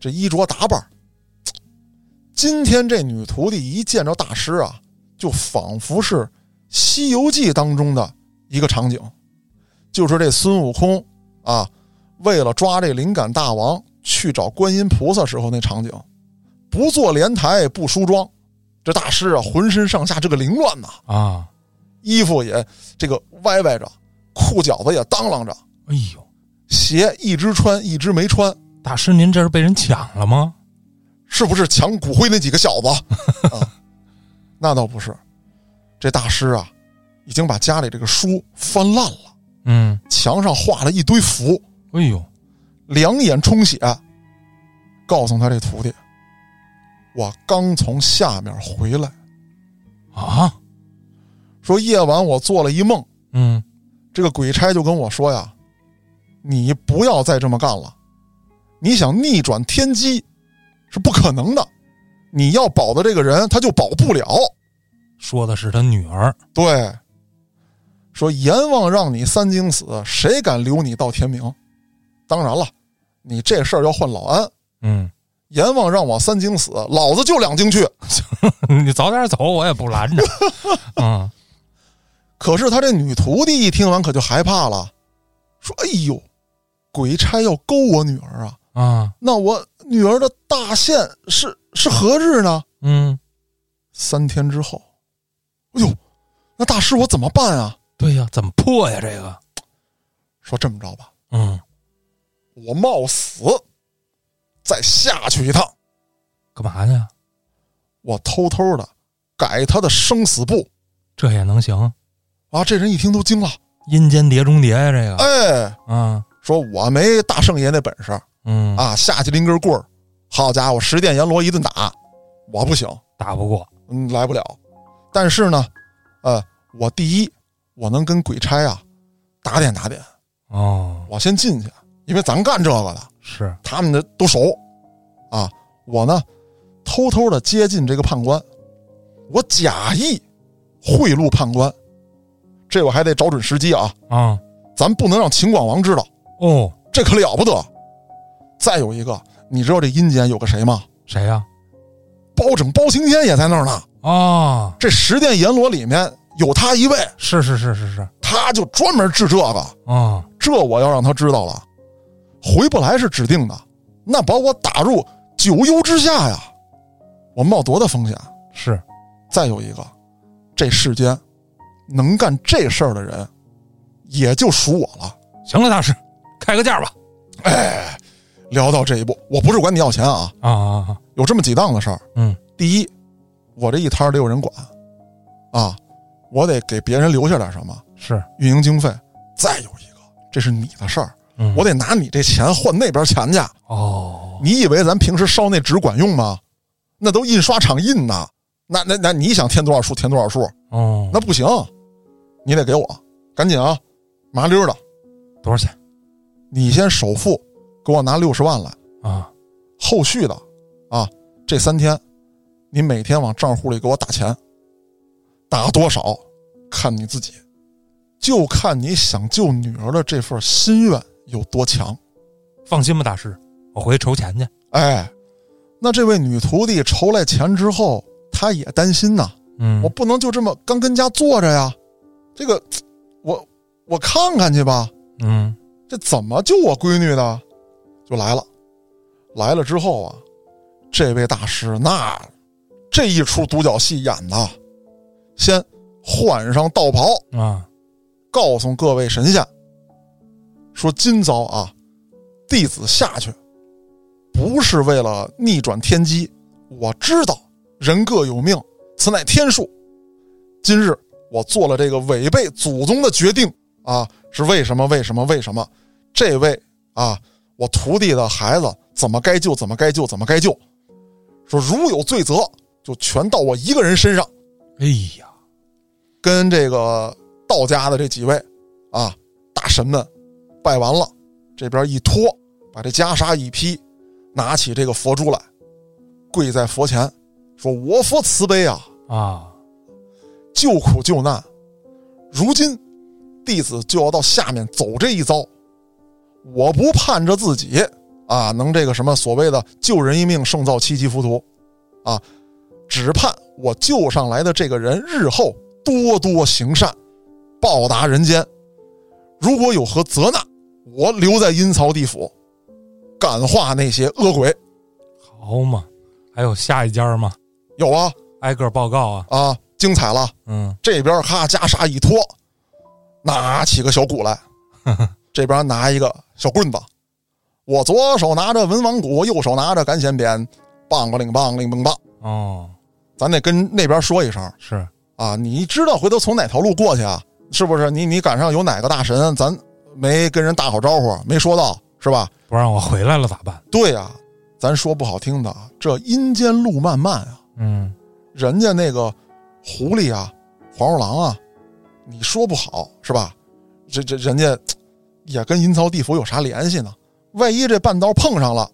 Speaker 1: 这衣着打扮儿。今天这女徒弟一见着大师啊，就仿佛是《西游记》当中的一个场景，就是这孙悟空啊，为了抓这灵感大王去找观音菩萨时候那场景，不做莲台不梳妆，这大师啊浑身上下这个凌乱呐、
Speaker 2: 啊，
Speaker 1: 衣服也这个歪歪着，裤脚子也当啷着，
Speaker 2: 哎呦，
Speaker 1: 鞋一只穿一只没穿，
Speaker 2: 大师您这是被人抢了吗？
Speaker 1: 是不是抢骨灰那几个小子？啊，那倒不是，这大师啊，已经把家里这个书翻烂了，
Speaker 2: 嗯，
Speaker 1: 墙上画了一堆符，
Speaker 2: 哎呦，
Speaker 1: 两眼充血，告诉他这徒弟，我刚从下面回来，
Speaker 2: 啊，
Speaker 1: 说夜晚我做了一梦，
Speaker 2: 嗯，
Speaker 1: 这个鬼差就跟我说呀，你不要再这么干了，你想逆转天机是不可能的，你要保的这个人他就保不了。
Speaker 2: 说的是他女儿，
Speaker 1: 对，说阎王让你三经死，谁敢留你到天明？当然了，你这事儿要换老安，
Speaker 2: 嗯，
Speaker 1: 阎王让我三经死，老子就两经去。
Speaker 2: 你早点走，我也不拦 着，嗯，
Speaker 1: 可是他这女徒弟一听完可就害怕了，说：“哎呦，鬼差要勾我女儿啊！
Speaker 2: 啊，
Speaker 1: 那我女儿的大限是是何日呢？
Speaker 2: 嗯，
Speaker 1: 三天之后。哎呦，那大师我怎么办啊？
Speaker 2: 对呀，怎么破呀这个？
Speaker 1: 说这么着吧，
Speaker 2: 嗯，
Speaker 1: 我冒死再下去一趟。”
Speaker 2: 干嘛去？
Speaker 1: 我偷偷的改他的生死簿
Speaker 2: 这也能行？
Speaker 1: 啊！这人一听都惊了，
Speaker 2: 阴间碟中谍呀，这个，
Speaker 1: 哎，
Speaker 2: 啊，
Speaker 1: 说我没大圣爷那本事
Speaker 2: 嗯，
Speaker 1: 啊，下去拎根棍儿，好家伙，十殿阎罗一顿打，我不行，
Speaker 2: 打不过，
Speaker 1: 嗯，来不了。但是呢，呃，我第一，我能跟鬼差啊打点打点，
Speaker 2: 哦，
Speaker 1: 我先进去，因为咱干这个的，
Speaker 2: 是，
Speaker 1: 他们的都熟啊。我呢，偷偷的接近这个判官，我假意贿赂判官，这我还得找准时机啊，
Speaker 2: 啊，
Speaker 1: 咱不能让秦广王知道，
Speaker 2: 哦，
Speaker 1: 这可了不得。再有一个，你知道这阴间有个谁吗？
Speaker 2: 谁呀？
Speaker 1: 包拯、包青天也在那儿呢。
Speaker 2: 哦，
Speaker 1: 这十殿阎罗里面有他一位，
Speaker 2: 是是是是是，
Speaker 1: 他就专门治这个，
Speaker 2: 哦，
Speaker 1: 这我要让他知道了，回不来是指定的，那把我打入九幽之下呀，我冒多大风险？啊
Speaker 2: 是，
Speaker 1: 再有一个，这世间能干这事儿的人，也就属我了。
Speaker 2: 行了，大师，开个价吧。
Speaker 1: 聊到这一步，我不是管你要钱啊，
Speaker 2: 啊啊啊！
Speaker 1: 有这么几档子事儿。
Speaker 2: 嗯，
Speaker 1: 第一，我这一摊儿得有人管，啊，我得给别人留下点什么
Speaker 2: 是，
Speaker 1: 运营经费。再有一个，这是你的事儿，
Speaker 2: 嗯，
Speaker 1: 我得拿你这钱换那边钱去。
Speaker 2: 哦，
Speaker 1: 你以为咱平时烧那纸管用吗？那都印刷厂印呐。那那那你想添多少数添多少数，
Speaker 2: 哦，
Speaker 1: 那不行，你得给我，赶紧啊，麻溜儿的，
Speaker 2: 多少钱
Speaker 1: 你先首付给我拿六十万来，
Speaker 2: 啊？
Speaker 1: 后续的啊这三天，你每天往账户里给我打钱，打多少看你自己，就看你想救女儿的这份心愿有多强。
Speaker 2: 放心吧，大师，我回去筹钱去。
Speaker 1: 哎，那这位女徒弟筹来钱之后，她也担心呐，
Speaker 2: 嗯
Speaker 1: 我，不能就这么干跟家坐着呀。这个，我我看看去吧，
Speaker 2: 嗯，
Speaker 1: 这怎么救我闺女的？就来了，来了之后啊，这位大师那这一出独角戏演的，先换上道袍，
Speaker 2: 啊，
Speaker 1: 告诉各位神仙，说今早啊，弟子下去，不是为了逆转天机，我知道人各有命，此乃天数。今日我做了这个违背祖宗的决定啊，是为什么？为什么？为什么？这位啊，我徒弟的孩子怎么该救，怎么该救，怎么该救？说如有罪责，就全到我一个人身上。
Speaker 2: 哎呀，
Speaker 1: 跟这个道家的这几位啊大神们拜完了，这边一脱，把这袈裟一披，拿起这个佛珠来，跪在佛前，说：“我佛慈悲啊，
Speaker 2: 啊，
Speaker 1: 救苦救难，如今弟子就要到下面走这一遭，我不盼着自己啊能这个什么所谓的救人一命胜造七级浮屠，啊，只盼我救上来的这个人日后多多行善，报答人间。如果有何责难，我留在阴曹地府，感化那些恶鬼。
Speaker 2: 好嘛，还有下一家吗？
Speaker 1: 有啊
Speaker 2: 挨个报告啊，
Speaker 1: 啊，精彩了！
Speaker 2: 嗯，
Speaker 1: 这边咔袈裟一脱，拿起个小鼓来，这边拿一个小棍子，我左手拿着文王鼓，右手拿着赶弦鞭，棒个令棒令棒棒。
Speaker 2: 哦，
Speaker 1: 咱得跟那边说一声
Speaker 2: 是，
Speaker 1: 啊，你知道回头从哪条路过去啊？是不是？你你赶上有哪个大神，咱没跟人打好招呼，没说到是吧？
Speaker 2: 不让我回来了咋办？
Speaker 1: 对呀、咱说不好听的，这阴间路漫漫啊，
Speaker 2: 嗯，
Speaker 1: 人家那个狐狸啊、黄鼠狼啊，你说不好是吧？这这人家嘖也跟阴曹地府有啥联系呢？万一这半道碰上了，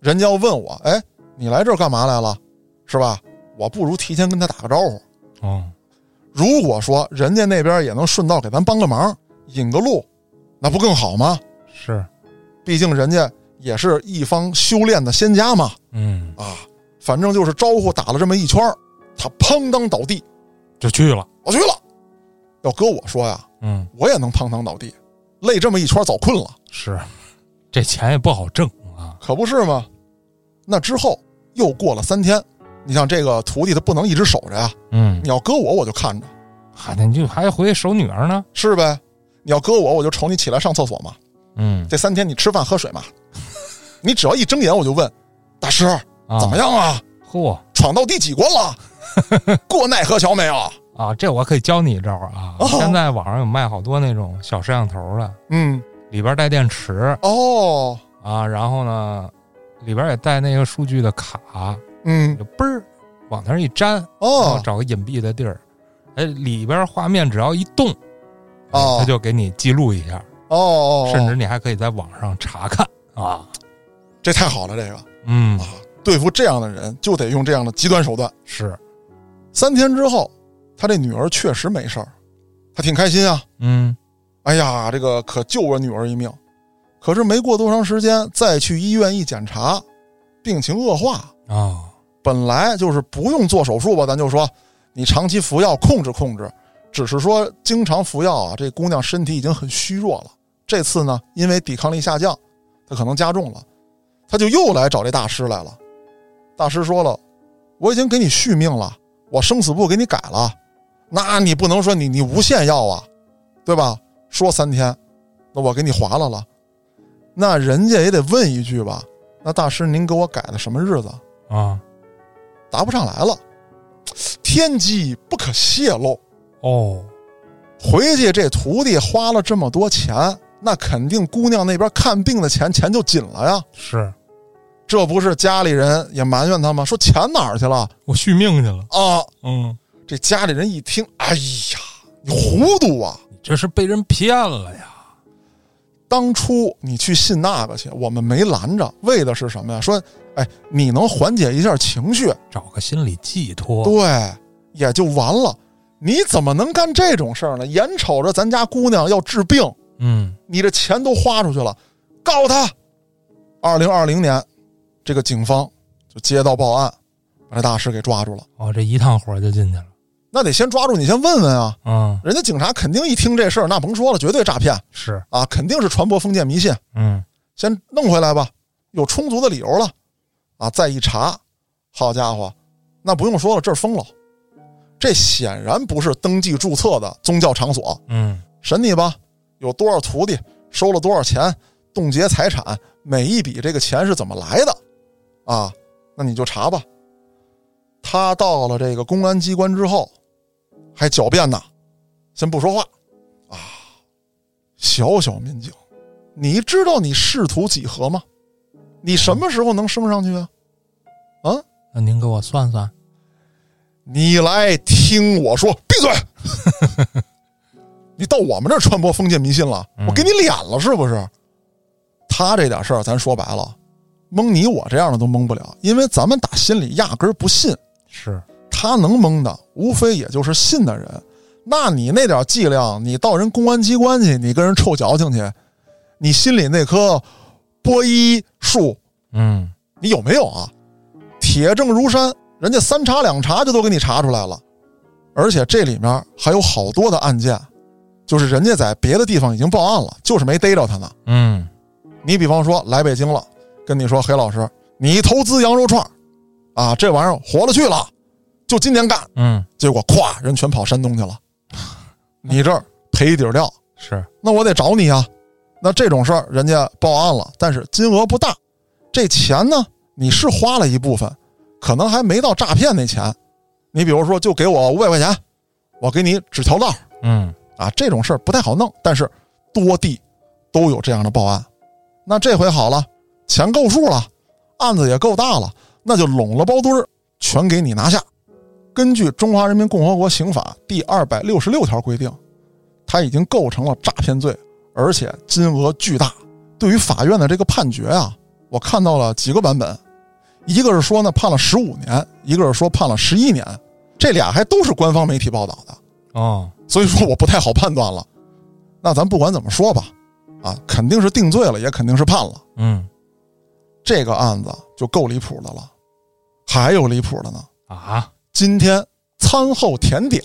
Speaker 1: 人家要问我，哎，你来这儿干嘛来了？是吧？我不如提前跟他打个招呼。
Speaker 2: 哦，
Speaker 1: 如果说人家那边也能顺道给咱帮个忙，引个路，那不更好吗？
Speaker 2: 是，
Speaker 1: 毕竟人家也是一方修炼的仙家嘛。
Speaker 2: 嗯，
Speaker 1: 啊，反正就是招呼打了这么一圈儿，他砰当倒地，
Speaker 2: 就去了，
Speaker 1: 我去了。要搁我说呀，
Speaker 2: 嗯，
Speaker 1: 我也能砰堂倒地，累这么一圈早困了，
Speaker 2: 是，这钱也不好挣啊，
Speaker 1: 可不是吗？那之后又过了三天，你像这个徒弟他不能一直守着呀，
Speaker 2: 嗯，
Speaker 1: 你要搁我我就看着，
Speaker 2: 嗨，那你就还回去守女儿呢，
Speaker 1: 是呗？你要搁我我就瞅你起来上厕所嘛，
Speaker 2: 嗯，
Speaker 1: 这三天你吃饭喝水嘛，你只要一睁眼我就问大师
Speaker 2: 啊
Speaker 1: 怎么？样啊？
Speaker 2: 嚯
Speaker 1: 闯到第几关了？ 过奈何桥没有？
Speaker 2: 啊，这我可以教你一招啊！
Speaker 1: 哦
Speaker 2: 现在网上有卖好多那种小摄像头的，
Speaker 1: 嗯，
Speaker 2: 里边带电池
Speaker 1: 哦，
Speaker 2: 啊，然后呢，里边也带那个数据的卡，
Speaker 1: 嗯，
Speaker 2: 就嘣儿往那儿一粘，然后
Speaker 1: 哦，
Speaker 2: 找个隐蔽的地儿，哎，里边画面只要一动，哎
Speaker 1: 哦
Speaker 2: 它就给你记录一下，
Speaker 1: 哦，
Speaker 2: 甚至你还可以在网上查看啊。
Speaker 1: 这太好了，这个
Speaker 2: 嗯，
Speaker 1: 对付这样的人就得用这样的极端手段。
Speaker 2: 是，
Speaker 1: 三天之后，他这女儿确实没事儿，他挺开心啊。
Speaker 2: 嗯，
Speaker 1: 哎呀，这个可救我女儿一命。可是没过多长时间，再去医院一检查，病情恶化。
Speaker 2: 哦，
Speaker 1: 本来就是不用做手术吧，咱就说你长期服药控制控制，只是说经常服药啊，这姑娘身体已经很虚弱了。这次呢，因为抵抗力下降，她可能加重了，她就又来找这大师来了。大师说了，我已经给你续命了，我生死簿给你改了，那你不能说你你无限要啊，对吧？说三天，那我给你划了了，那人家也得问一句吧？那大师，您给我改的什么日子？
Speaker 2: 啊，
Speaker 1: 答不上来了。天机不可泄露，
Speaker 2: 哦，
Speaker 1: 回去这徒弟花了这么多钱，那肯定姑娘那边看病的钱钱就紧了呀。
Speaker 2: 是
Speaker 1: 这不是家里人也埋怨他吗？说钱哪儿去了
Speaker 2: 我续命去了。
Speaker 1: 啊？
Speaker 2: 嗯，
Speaker 1: 这家里人一听，哎呀，你糊涂啊！
Speaker 2: 你这是被人骗了呀。
Speaker 1: 当初你去信那个去，我们没拦着，为的是什么呀？说，哎，你能缓解一下情绪，
Speaker 2: 找个心理寄托。
Speaker 1: 对，也就完了。你怎么能干这种事儿呢？眼瞅着咱家姑娘要治病，
Speaker 2: 嗯
Speaker 1: 你这钱都花出去了，告他。二零二零年，这个警方就接到报案，把这大师给抓住了。
Speaker 2: 哦，这一趟火就进去了，
Speaker 1: 那得先抓住你，先问问啊。
Speaker 2: 嗯
Speaker 1: 人家警察肯定一听这事儿，那甭说了，绝对诈骗
Speaker 2: 是，
Speaker 1: 啊，肯定是传播封建迷信。
Speaker 2: 嗯
Speaker 1: 先弄回来吧，有充足的理由了，啊，再一查，好家伙，那不用说了，这儿封了，这显然不是登记注册的宗教场所，
Speaker 2: 嗯
Speaker 1: 审你吧，有多少徒弟，收了多少钱，冻结财产，每一笔这个钱是怎么来的，啊，那你就查吧。他到了这个公安机关之后，还狡辩呢，先不说话，啊，小小民警，你知道你仕途几何吗？你什么时候能升上去啊？啊，
Speaker 2: 那您给我算算，
Speaker 1: 你来听我说，闭嘴！ 你到我们这儿传播封建迷信了，
Speaker 2: 嗯
Speaker 1: 我给你脸了是不是？他这点事儿，咱说白了，蒙你我这样的都蒙不了，因为咱们打心里压根儿不信。
Speaker 2: 是，
Speaker 1: 他能蒙的，无非也就是信的人。那你那点伎俩，你到人公安机关去，你跟人臭矫情去，你心里那棵波一树，
Speaker 2: 嗯
Speaker 1: 你有没有啊？铁证如山，人家三查两查就都给你查出来了，而且这里面还有好多的案件，就是人家在别的地方已经报案了，就是没逮着他呢。
Speaker 2: 嗯
Speaker 1: 你比方说来北京了，跟你说黑老师，你投资羊肉串儿，啊，这玩意儿活了去了，就今年干，
Speaker 2: 嗯
Speaker 1: 结果咵，人全跑山东去了。你这儿赔底儿料，
Speaker 2: 是，
Speaker 1: 那我得找你啊。那这种事儿，人家报案了，但是金额不大，这钱呢，你是花了一部分，可能还没到诈骗那钱。你比如说，就给我五百块钱，我给你纸条道儿
Speaker 2: 嗯
Speaker 1: 啊，这种事儿不太好弄，但是多地都有这样的报案。那这回好了，钱够数了，案子也够大了，那就拢了包堆儿，全给你拿下。根据《中华人民共和国刑法》第二百六十六条规定，他已经构成了诈骗罪，而且金额巨大。对于法院的这个判决啊，我看到了几个版本，一个是说呢判了十五年，一个是说判了十一年，这俩还都是官方媒体报道的。
Speaker 2: 哦，
Speaker 1: 所以说我不太好判断了。那咱不管怎么说吧，啊，肯定是定罪了，也肯定是判了。
Speaker 2: 嗯
Speaker 1: 这个案子就够离谱的了，还有离谱的呢。
Speaker 2: 啊，
Speaker 1: 今天餐后甜点，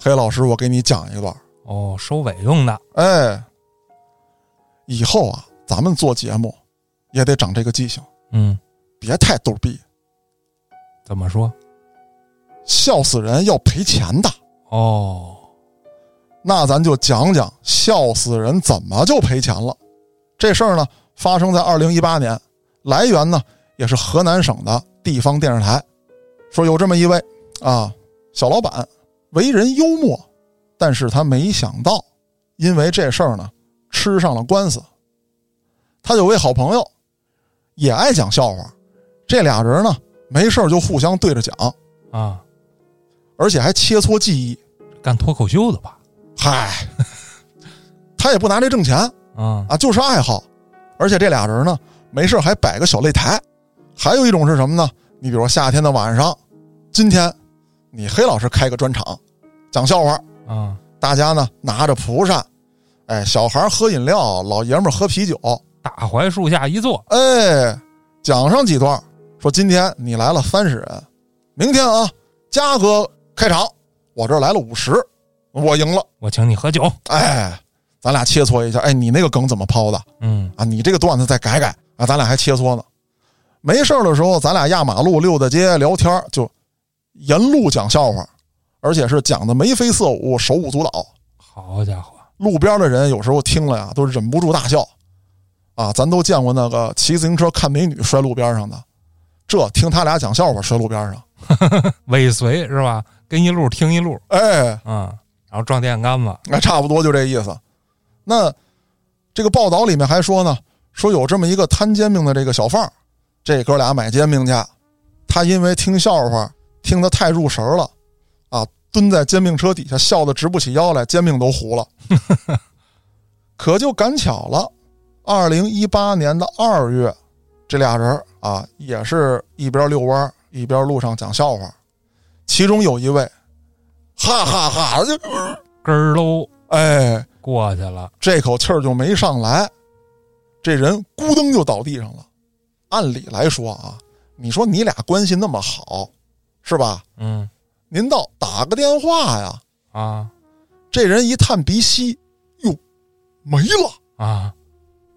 Speaker 1: 黑老师，我给你讲一段。
Speaker 2: 哦，收尾用的，
Speaker 1: 哎，以后啊，咱们做节目也得长这个记性，
Speaker 2: 嗯，
Speaker 1: 别太逗逼，
Speaker 2: 怎么说？
Speaker 1: 笑死人要赔钱的。
Speaker 2: 哦，
Speaker 1: 那咱就讲讲笑死人怎么就赔钱了。这事儿呢，发生在二零一八年，来源呢也是河南省的地方电视台，说有这么一位啊小老板，为人幽默，但是他没想到，因为这事儿呢吃上了官司。他有位好朋友，也爱讲笑话，这俩人呢没事儿就互相对着讲，
Speaker 2: 啊，
Speaker 1: 而且还切磋技艺。
Speaker 2: 干脱口秀的吧？
Speaker 1: 嗨， 他也不拿这挣钱。
Speaker 2: 嗯
Speaker 1: 啊，就是爱好。而且这俩人呢，没事还摆个小擂台。还有一种是什么呢？你比如说夏天的晚上，今天你黑老师开个专场，讲笑话，
Speaker 2: 嗯
Speaker 1: 大家呢拿着蒲扇，哎，小孩喝饮料，老爷们儿喝啤酒，
Speaker 2: 大槐树下一坐，
Speaker 1: 哎，讲上几段，说今天你来了三十人，明天啊，嘉哥开场，我这儿来了五十，我赢了，
Speaker 2: 我请你喝酒。
Speaker 1: 哎，咱俩切磋一下，哎，你那个梗怎么抛的？
Speaker 2: 嗯
Speaker 1: 啊，你这个段子再改改啊，咱俩还切磋呢。没事儿的时候，咱俩压马路、溜达街、聊天儿，就沿路讲笑话，而且是讲的眉飞色舞、手舞足蹈。
Speaker 2: 好家伙，
Speaker 1: 路边的人有时候听了呀，都忍不住大笑。啊，咱都见过那个骑自行车看美女摔路边上的，这听他俩讲笑话摔路边上，
Speaker 2: 尾随是吧？跟一路听一路，
Speaker 1: 哎，
Speaker 2: 嗯，然后撞电线杆子，
Speaker 1: 那哎差不多就这意思。那这个报道里面还说呢，说有这么一个摊煎饼的这个小贩儿，这哥俩买煎饼去，他因为听笑话听得太入神儿了，啊，蹲在煎饼车底下笑得直不起腰来，煎饼都糊了。可就赶巧了，二零一八年的二月，这俩人儿啊也是一边遛弯儿一边路上讲笑话，其中有一位，哈哈哈就
Speaker 2: 咯儿喽
Speaker 1: 哎，
Speaker 2: 过去了，
Speaker 1: 这口气儿就没上来，这人咕噔就倒地上了。按理来说啊，你说你俩关系那么好，是吧？
Speaker 2: 嗯
Speaker 1: 您倒打个电话呀。
Speaker 2: 啊
Speaker 1: 这人一探鼻息，哟，没了，
Speaker 2: 啊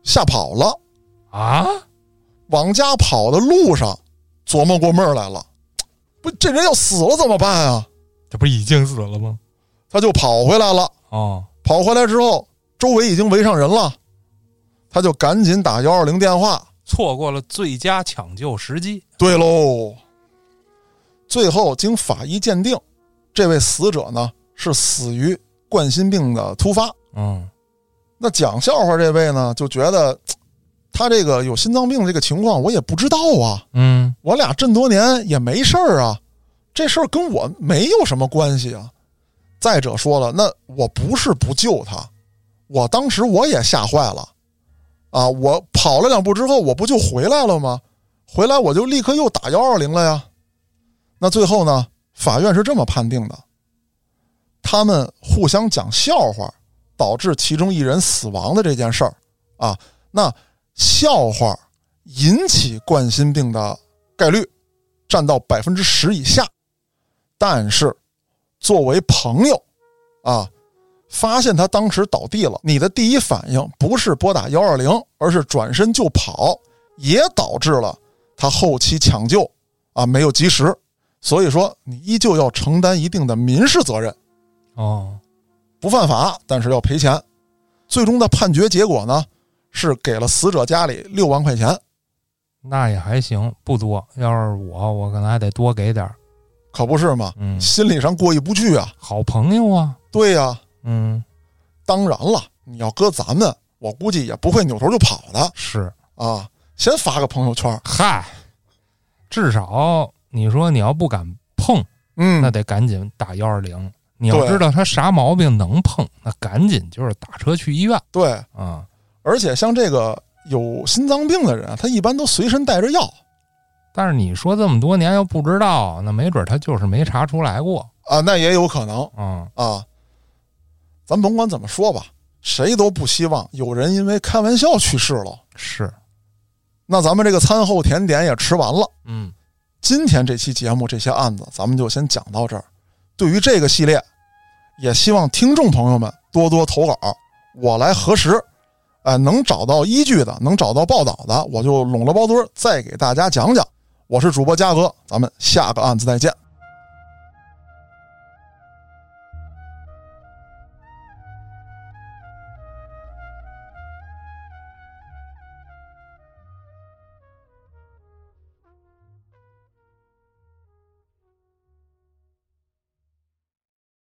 Speaker 1: 吓跑了。
Speaker 2: 啊！
Speaker 1: 往家跑的路上，琢磨过闷儿来了，不，这人要死了怎么办啊？
Speaker 2: 这不是已经死了吗？
Speaker 1: 他就跑回来了。
Speaker 2: 哦，
Speaker 1: 跑回来之后，周围已经围上人了，他就赶紧打幺二零电话。
Speaker 2: 错过了最佳抢救时机。
Speaker 1: 对喽，最后经法医鉴定，这位死者呢是死于冠心病的突发。
Speaker 2: 嗯
Speaker 1: 那讲笑话这位呢，就觉得他这个有心脏病这个情况，我也不知道啊，
Speaker 2: 嗯
Speaker 1: 我俩这么多年也没事儿啊，这事儿跟我没有什么关系啊。再者说了，那我不是不救他，我当时我也吓坏了，啊，我跑了两步之后，我不就回来了吗？回来我就立刻又打幺二零了呀。那最后呢，法院是这么判定的：他们互相讲笑话，导致其中一人死亡的这件事儿啊，那笑话引起冠心病的概率占到百分之十以下，但是作为朋友啊，发现他当时倒地了，你的第一反应不是拨打幺二零，而是转身就跑，也导致了他后期抢救啊没有及时，所以说你依旧要承担一定的民事责任，
Speaker 2: 哦，
Speaker 1: 不犯法，但是要赔钱。最终的判决结果呢，是给了死者家里六万块钱。
Speaker 2: 那也还行，不多。要是我，我可能还得多给点儿。
Speaker 1: 可不是嘛，
Speaker 2: 嗯，
Speaker 1: 心理上过意不去啊。
Speaker 2: 好朋友啊，
Speaker 1: 对呀、
Speaker 2: 嗯，
Speaker 1: 当然了，你要搁咱们，我估计也不会扭头就跑的
Speaker 2: 是。
Speaker 1: 啊。先发个朋友圈，
Speaker 2: 嗨，至少你说你要不敢碰，
Speaker 1: 嗯
Speaker 2: 那得赶紧打幺二零。你要
Speaker 1: 对
Speaker 2: 知道他啥毛病能碰，那赶紧就是打车去医院
Speaker 1: 对，
Speaker 2: 啊。
Speaker 1: 而且像这个有心脏病的人，他一般都随身带着药
Speaker 2: 但是你说这么多年要不知道，那没准他就是没查出来过。
Speaker 1: 啊，那也有可能
Speaker 2: 嗯，
Speaker 1: 啊。咱甭管怎么说吧，谁都不希望有人因为开玩笑去世了。
Speaker 2: 是，
Speaker 1: 那咱们这个餐后甜点也吃完了。
Speaker 2: 嗯
Speaker 1: 今天这期节目这些案子，咱们就先讲到这儿。对于这个系列，也希望听众朋友们多多投稿，我来核实。呃，能找到依据的，能找到报道的，我就拢了包堆儿再给大家讲讲。我是主播嘉哥，咱们下个案子再见。